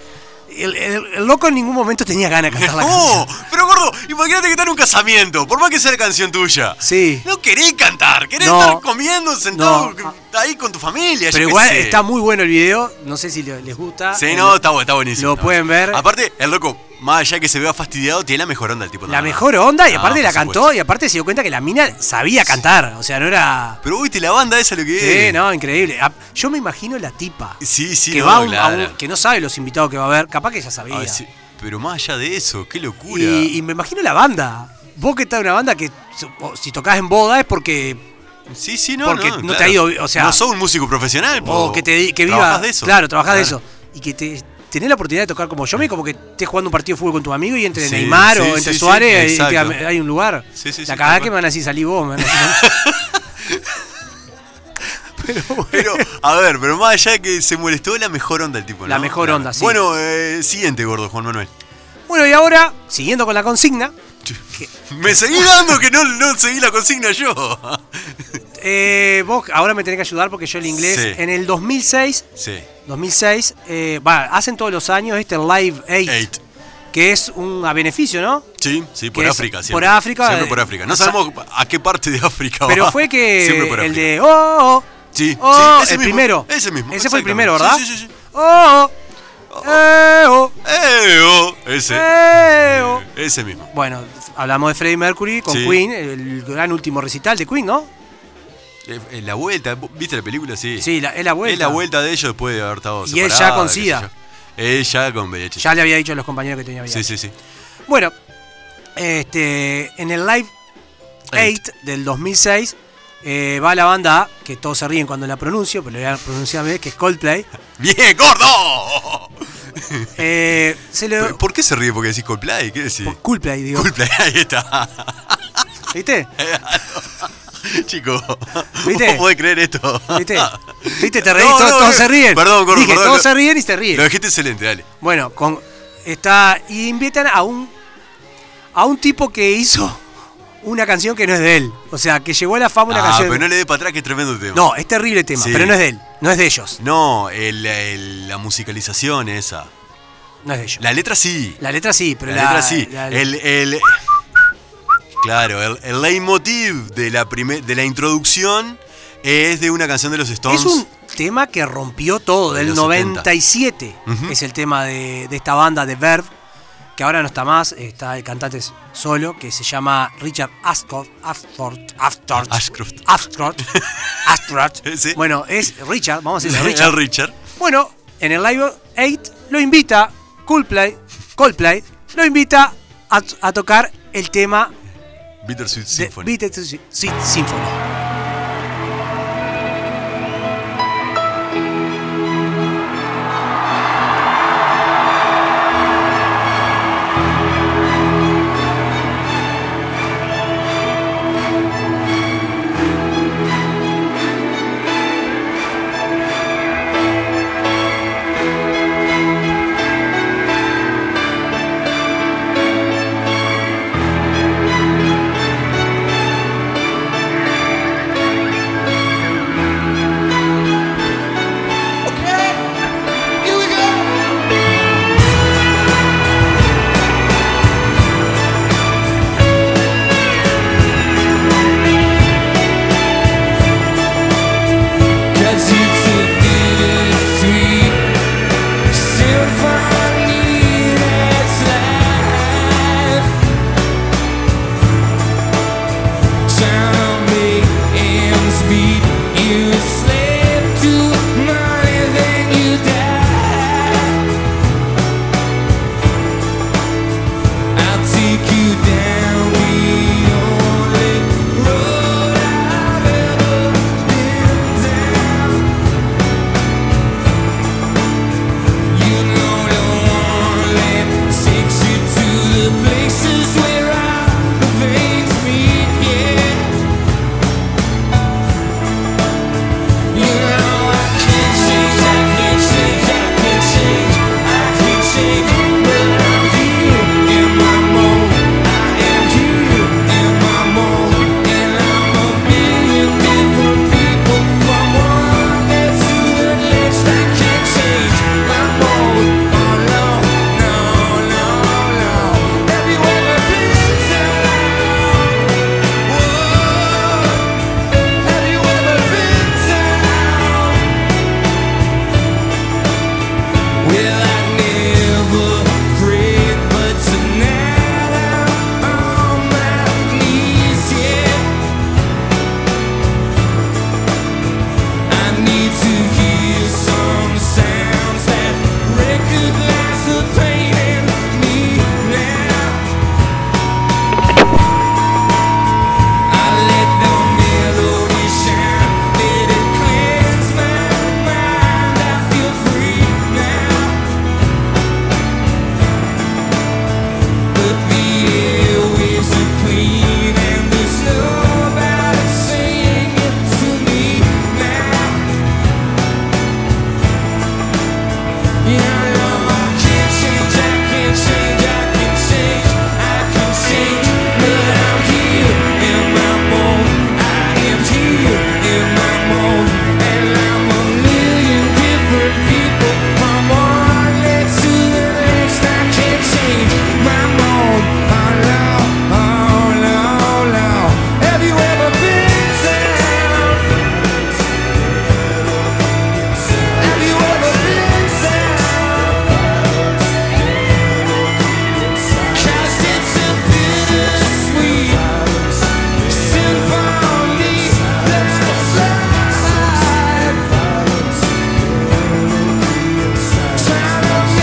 Speaker 2: El, el- el loco en ningún momento tenía ganas de cantar la
Speaker 3: No,
Speaker 2: canción.
Speaker 3: Oh, pero gordo, imagínate que está en un casamiento, por más que sea la canción tuya.
Speaker 2: Sí.
Speaker 3: No querés cantar, querés
Speaker 2: No.
Speaker 3: estar comiendo sentado
Speaker 2: No.
Speaker 3: ahí con tu familia. yo
Speaker 2: Pero
Speaker 3: qué
Speaker 2: igual
Speaker 3: sé.
Speaker 2: está muy bueno el video. No sé si le- les gusta.
Speaker 3: Sí,
Speaker 2: El-
Speaker 3: no, está, bu- está buenísimo.
Speaker 2: Lo
Speaker 3: está
Speaker 2: pueden
Speaker 3: buenísimo.
Speaker 2: ver.
Speaker 3: Aparte, el loco, más allá que se vea fastidiado, tiene la mejor onda el tipo.
Speaker 2: La
Speaker 3: nada más.
Speaker 2: mejor onda, y
Speaker 3: Ah,
Speaker 2: aparte
Speaker 3: por
Speaker 2: la
Speaker 3: supuesto.
Speaker 2: cantó, y aparte se dio cuenta que la mina sabía cantar. O sea, no era.
Speaker 3: Pero viste, la banda esa lo que
Speaker 2: Sí,
Speaker 3: es.
Speaker 2: no, increíble. Ah, Yo me imagino la tipa.
Speaker 3: Sí, sí,
Speaker 2: que
Speaker 3: no,
Speaker 2: va a un- a un-
Speaker 3: claro.
Speaker 2: que no sabe los invitados que va a haber. Capaz que ya sabía.
Speaker 3: Ah, sí, Pero más allá de eso, qué locura.
Speaker 2: Y, y me imagino la banda. Vos que estás en una banda que su- o si tocas en boda es porque.
Speaker 3: sí, sí, no.
Speaker 2: porque no te ha ido, o sea-
Speaker 3: no sos un músico profesional.
Speaker 2: O
Speaker 3: po.
Speaker 2: que, te, que viva.
Speaker 3: Trabajás de eso. Ah,
Speaker 2: Claro, trabajás
Speaker 3: Claro. *laughs*
Speaker 2: de eso. Y que te, tenés la oportunidad de tocar como yo, me como que estés jugando un partido de fútbol con tu amigo y entre
Speaker 3: Sí,
Speaker 2: Neymar
Speaker 3: sí,
Speaker 2: o entre
Speaker 3: sí,
Speaker 2: Suárez
Speaker 3: sí,
Speaker 2: y te-
Speaker 3: exacto.
Speaker 2: hay un lugar.
Speaker 3: Sí, sí, sí,
Speaker 2: la
Speaker 3: tal
Speaker 2: cagada
Speaker 3: cual.
Speaker 2: que me van a decir salí vos, me van a decir,
Speaker 3: Pero, a ver, pero más allá que se molestó, la mejor onda el tipo, ¿no?
Speaker 2: La mejor onda, sí.
Speaker 3: Bueno, eh, siguiente, gordo, Juan Manuel.
Speaker 2: Bueno, y ahora, siguiendo con la consigna,
Speaker 3: Me seguí dando que no, no seguí la consigna yo.
Speaker 2: eh, vos ahora me tenés que ayudar porque yo el inglés
Speaker 3: Sí.
Speaker 2: en el 2006,
Speaker 3: Sí.
Speaker 2: 2006, eh, va, hacen todos los años este Live 8,
Speaker 3: Eight.
Speaker 2: que es un a beneficio, ¿no?
Speaker 3: Sí, sí, por
Speaker 2: Que es
Speaker 3: África.
Speaker 2: por
Speaker 3: Siempre.
Speaker 2: África,
Speaker 3: Siempre
Speaker 2: eh,
Speaker 3: por África. No
Speaker 2: o sea-
Speaker 3: sabemos a qué parte de África
Speaker 2: Pero
Speaker 3: *laughs* va.
Speaker 2: fue
Speaker 3: Siempre
Speaker 2: que
Speaker 3: por
Speaker 2: el
Speaker 3: África.
Speaker 2: de oh, oh,
Speaker 3: Sí,
Speaker 2: oh,
Speaker 3: sí, ese
Speaker 2: el
Speaker 3: mismo,
Speaker 2: primero.
Speaker 3: ese mismo,
Speaker 2: Ese fue el
Speaker 3: exactamente.
Speaker 2: primero,
Speaker 3: Sí,
Speaker 2: ¿verdad?
Speaker 3: sí, sí, sí.
Speaker 2: Oh, oh, eh, oh,
Speaker 3: Eh, oh, ese.
Speaker 2: eh, oh.
Speaker 3: Ese mismo.
Speaker 2: Bueno, hablamos de Freddie Mercury con
Speaker 3: Sí.
Speaker 2: Queen, el gran último recital de Queen, ¿no?
Speaker 3: Eh, eh, la vuelta, ¿viste la película? Sí.
Speaker 2: Sí, la- es la vuelta.
Speaker 3: Es la vuelta de ellos después de haber estado
Speaker 2: Y él
Speaker 3: separados,
Speaker 2: ya con
Speaker 3: qué sé
Speaker 2: SIDA.
Speaker 3: yo. Él ya con VIH.
Speaker 2: Ya le había dicho a los compañeros que tenía
Speaker 3: Sí,
Speaker 2: VIH.
Speaker 3: sí, sí.
Speaker 2: Bueno, este, en el Live 8 del 2006 eh, va la banda, que todos se ríen cuando la pronuncio, pero la voy a pronunciar bien, que es Coldplay.
Speaker 3: ¡Bien, gordo!
Speaker 2: Eh, se le...
Speaker 3: ¿Por- ¿Por qué se ríe? ¿Porque decís Coldplay? ¿Qué decís?
Speaker 2: por Coldplay, digo.
Speaker 3: Coldplay, ahí está.
Speaker 2: ¿Viste?
Speaker 3: *laughs* Chico,
Speaker 2: ¿Viste?
Speaker 3: ¿cómo podés creer esto? *laughs*
Speaker 2: ¿Viste? ¿Viste? Te
Speaker 3: No,
Speaker 2: reís, todos,
Speaker 3: no,
Speaker 2: todos
Speaker 3: no.
Speaker 2: se ríen.
Speaker 3: Perdón, gordo,
Speaker 2: Dije,
Speaker 3: perdón,
Speaker 2: todos
Speaker 3: lo-
Speaker 2: se ríen y se ríen.
Speaker 3: Lo dijiste excelente, dale.
Speaker 2: Bueno, con está y invitan a un a un tipo que hizo una canción que no es de él, o sea, que llegó a la fama una
Speaker 3: ah,
Speaker 2: canción.
Speaker 3: pero no le dé para atrás que es tremendo tema.
Speaker 2: No, es terrible el tema,
Speaker 3: Sí.
Speaker 2: pero no es de él, no es de ellos,
Speaker 3: No, el- el- la musicalización esa.
Speaker 2: no es de ellos. La,
Speaker 3: La letra sí.
Speaker 2: letra sí, pero
Speaker 3: La,
Speaker 2: la,
Speaker 3: letra sí.
Speaker 2: la-
Speaker 3: el, el- claro, el, el leitmotiv de la, prime- de la introducción es de una canción de los Stones.
Speaker 2: es un tema que rompió todo,
Speaker 3: De
Speaker 2: del
Speaker 3: los
Speaker 2: 97
Speaker 3: Ujú.
Speaker 2: es el tema de, de esta banda de Verve, que ahora no está más, está el cantante solo, que se llama Richard Ashcroft, Ashcroft, Ashcroft,
Speaker 3: Ashcroft. *laughs*
Speaker 2: Ashcroft, Ashcroft.
Speaker 3: Sí.
Speaker 2: bueno, es Richard, vamos a decir
Speaker 3: *laughs* El
Speaker 2: Richard.
Speaker 3: Richard.
Speaker 2: Bueno, en el Live 8 lo invita Coldplay, Coldplay lo invita a, a tocar el tema
Speaker 3: Bittersweet
Speaker 2: de
Speaker 3: Symphony.
Speaker 2: Beatles Sy- Sy- Symphony.
Speaker 4: Thank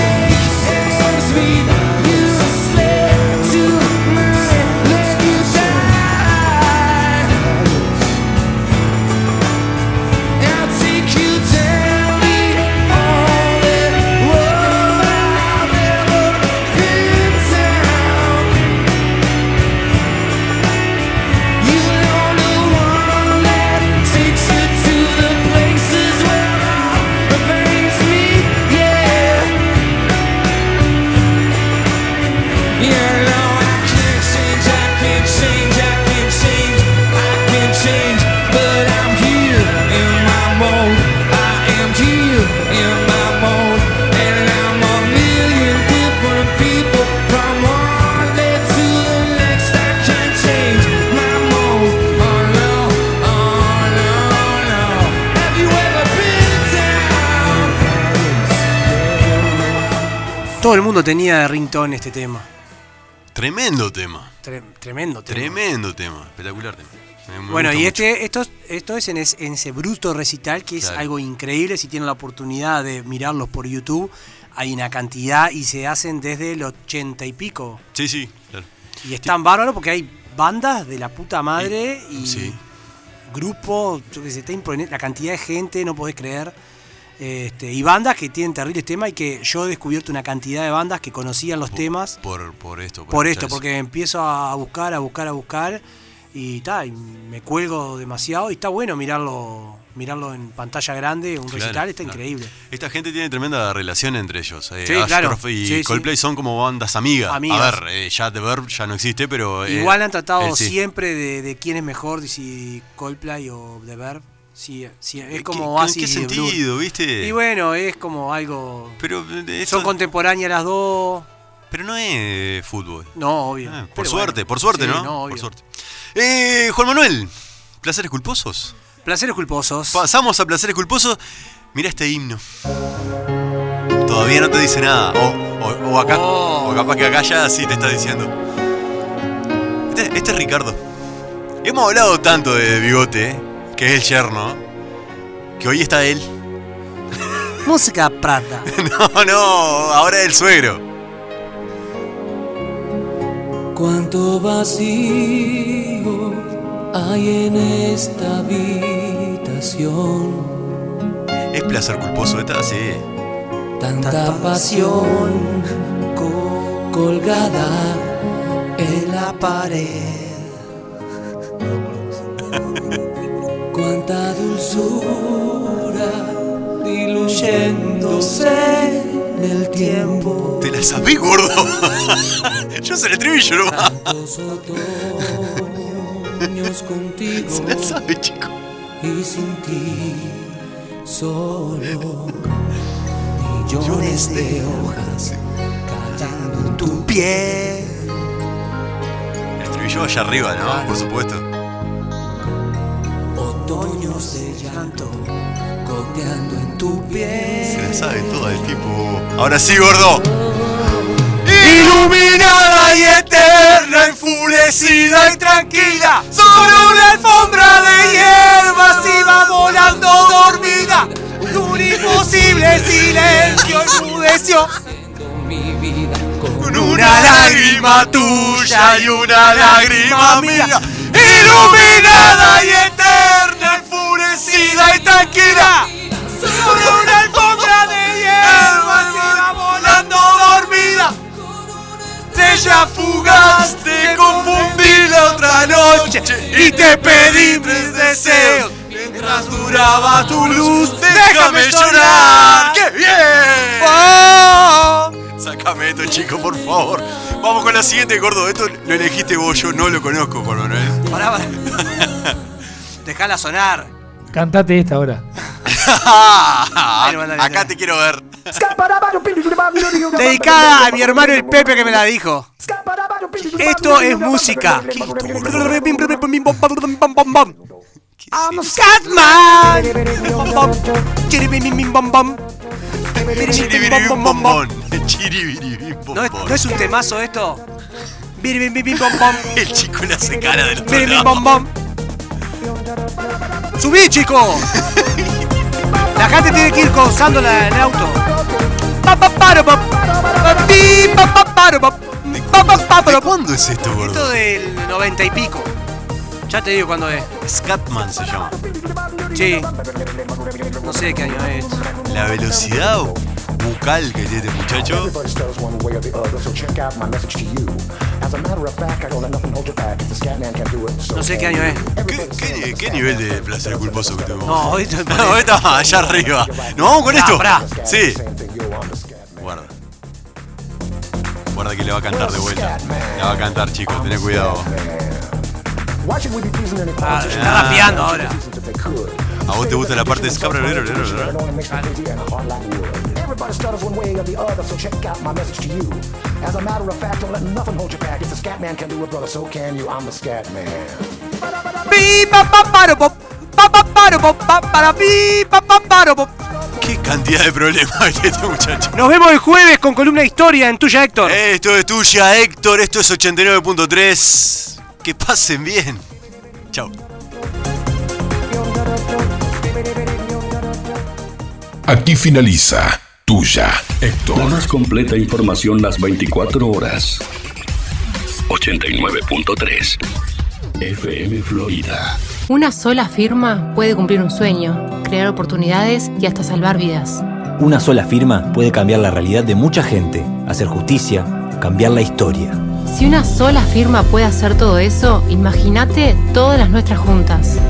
Speaker 6: Oh,
Speaker 2: Todo el mundo tenía de ringtone este tema.
Speaker 3: Tremendo tema.
Speaker 2: Tre- tremendo tema.
Speaker 3: Tremendo tema. Espectacular tema. Me- me
Speaker 2: Bueno,
Speaker 3: gusta
Speaker 2: y
Speaker 3: mucho.
Speaker 2: este, esto, esto es en, es- en ese bruto recital que es
Speaker 3: Claro.
Speaker 2: algo increíble. Si tienen la oportunidad de mirarlos por YouTube, hay una cantidad y se hacen desde el ochenta y pico.
Speaker 3: Sí, sí, claro.
Speaker 2: Y están bárbaros porque hay bandas de la puta madre y
Speaker 3: Sí.
Speaker 2: grupos, yo que sé, está impone- la cantidad de gente, no podés creer. Este, y bandas que tienen terribles temas y que yo he descubierto una cantidad de bandas que conocían los temas
Speaker 3: Por, por esto.
Speaker 2: por esto,
Speaker 3: escuchar
Speaker 2: porque empiezo a buscar, a buscar, a buscar y ta, y me cuelgo demasiado y está bueno mirarlo, mirarlo en pantalla grande, un
Speaker 3: Claro,
Speaker 2: recital, está
Speaker 3: claro.
Speaker 2: increíble.
Speaker 3: Esta gente tiene tremenda relación entre ellos. Eh,
Speaker 2: Sí,
Speaker 3: Ashcroft
Speaker 2: claro.
Speaker 3: y
Speaker 2: Sí, sí.
Speaker 3: Coldplay son como bandas amigas. A
Speaker 2: Amigas.
Speaker 3: ver, eh, ya The Verb ya no existe, pero. eh,
Speaker 2: Igual han tratado
Speaker 3: él sí.
Speaker 2: siempre de, de quién es mejor, de si Coldplay o The Verb. Sí, sí,
Speaker 3: Eh,
Speaker 2: es
Speaker 3: ¿qué-
Speaker 2: como
Speaker 3: qué-
Speaker 2: Oasis
Speaker 3: ¿En qué
Speaker 2: y Blur.
Speaker 3: sentido, viste?
Speaker 2: Y bueno, es como algo...
Speaker 3: pero, eh, esto-
Speaker 2: Son contemporáneas las dos.
Speaker 3: pero no es fútbol.
Speaker 2: No, obvio.
Speaker 3: Ah, por
Speaker 2: Pero
Speaker 3: suerte,
Speaker 2: bueno.
Speaker 3: por suerte,
Speaker 2: Sí,
Speaker 3: ¿no?
Speaker 2: obvio.
Speaker 3: Por suerte. Eh, Juan Manuel, placeres culposos.
Speaker 2: Placeres culposos.
Speaker 3: Pasamos a placeres culposos. Mira este himno. Todavía no te dice nada. O, o- o acá.
Speaker 2: Oh.
Speaker 3: O capaz que acá ya sí te está diciendo. Este, este es Ricardo. Hemos hablado tanto de Bigote, que es el yerno, que hoy está él. *laughs*
Speaker 2: Música prata.
Speaker 3: No, no, ahora es el suegro.
Speaker 4: Cuánto vacío hay en esta habitación,
Speaker 3: Es placer culposo, esta sí.
Speaker 4: tanta pasión co- colgada en la pared. Cuánta dulzura diluyéndose en el tiempo.
Speaker 3: Te la sabés, gordo. *laughs* Yo se el estribillo, nomás.
Speaker 4: Tantos otoños contigo.
Speaker 3: Se la sabe, chico.
Speaker 4: y sin ti solo millones de hojas cayendo en tu piel.
Speaker 3: El estribillo allá arriba, ¿no? Por supuesto.
Speaker 4: Otoños de llanto goteando en tu piel.
Speaker 3: Se la sabe toda el tipo. Ahora sí, gordo. Iluminada y eterna, enfurecida y tranquila, sobre una alfombra de hierbas iba volando dormida. Un imposible silencio enmudeció
Speaker 4: Mi vida con
Speaker 3: con una lágrima tuya y una lágrima mía. Iluminada y eterna, enfurecida y tranquila. Sobre una alfombra de hierbas iba volando dormida. Ella fugaste, confundí la otra noche y te pedí tres deseos. Mientras duraba tu luz, déjame llorar. ¡Qué bien! Sácame esto, chico, por favor. Vamos con la siguiente, gordo. Esto lo elegiste vos, yo no lo conozco, ¿eh? Juan *laughs* Manuel.
Speaker 2: Pará, *laughs* pará. Dejala sonar.
Speaker 8: Cantate esta ahora.
Speaker 2: mandale,
Speaker 3: Acá
Speaker 2: mandale.
Speaker 3: te quiero ver.
Speaker 2: Dedicada a mi hermano el Pepe que me la dijo. Esto es música. I'm a Scatman. Chiribim, bom, bom. Chiribim, bom, bom, bom.
Speaker 3: Chiribiribim-bombón. Chiribiribim-bombón.
Speaker 2: ¿No es, ¿No es un temazo esto? Biribim, bim, bim, bom, bom.
Speaker 3: El chico le hace cara del otro
Speaker 2: Biribim,
Speaker 3: lado.
Speaker 2: bom, bom. ¡Subí, chico! La gente tiene que ir causándola en el auto. Pa, pa, paro, pa, pa, pi, pa, pa, paro, pa, pa, pa, pa,
Speaker 3: ¿De
Speaker 2: paro, pa.
Speaker 3: cuándo es esto,
Speaker 2: Esto
Speaker 3: gordo?
Speaker 2: del noventa y pico. Ya te digo cuándo es.
Speaker 3: Scatman se llama.
Speaker 2: Sí. No sé qué año es.
Speaker 3: La velocidad bucal que tiene este muchacho.
Speaker 9: Everybody stutters one way or the other, so check out my message to you. As a matter of fact, I don't let nothing hold you back. If the scat man can do it, so
Speaker 2: No sé qué
Speaker 9: can
Speaker 2: año es.
Speaker 3: ¿Qué, qué- qué nivel de placer culposo que tenemos?
Speaker 2: No, esto es.
Speaker 3: *laughs* No, está allá arriba. ¿Nos vamos con
Speaker 2: Pará,
Speaker 3: esto?
Speaker 2: pará.
Speaker 3: Sí.
Speaker 9: Same thing, yo, I'm the scat man.
Speaker 3: Guarda. Guarda que le va a cantar de vuelta. Le va a cantar, chicos. Tened cuidado.
Speaker 9: Why should we be pleasing any
Speaker 2: Ah,
Speaker 9: politician
Speaker 2: está rapeando ahora.
Speaker 9: if they could?
Speaker 3: ¿A vos te gusta la parte de Scabra?
Speaker 9: I know it makes me crazy and hard like wood. Everybody stutters one way or the other, so check out my message to you. As a matter of fact, don't let nothing hold you back. If the scat man can do it, brother, so can you. I'm the scat man.
Speaker 2: Pi, pa, pa, paro, pa, pa, pa, paro,
Speaker 10: paro, pom, pam, para pi, pam, pam, paro, pom.
Speaker 3: Qué cantidad de problemas que este muchacho.
Speaker 10: Nos vemos el jueves con columna de historia en tuya, Héctor.
Speaker 3: Eh, Esto es tuya, Héctor. Esto es 89.3. Que pasen bien. Chao.
Speaker 11: Aquí finaliza Tuya,
Speaker 12: La
Speaker 11: Héctor.
Speaker 12: más completa información las 24 horas. 89.3 FM Florida.
Speaker 8: Una sola firma puede cumplir un sueño, crear oportunidades y hasta salvar vidas.
Speaker 2: Una sola firma puede cambiar la realidad de mucha gente, hacer justicia, cambiar la historia.
Speaker 8: Si una sola firma puede hacer todo eso, imagínate todas las nuestras juntas.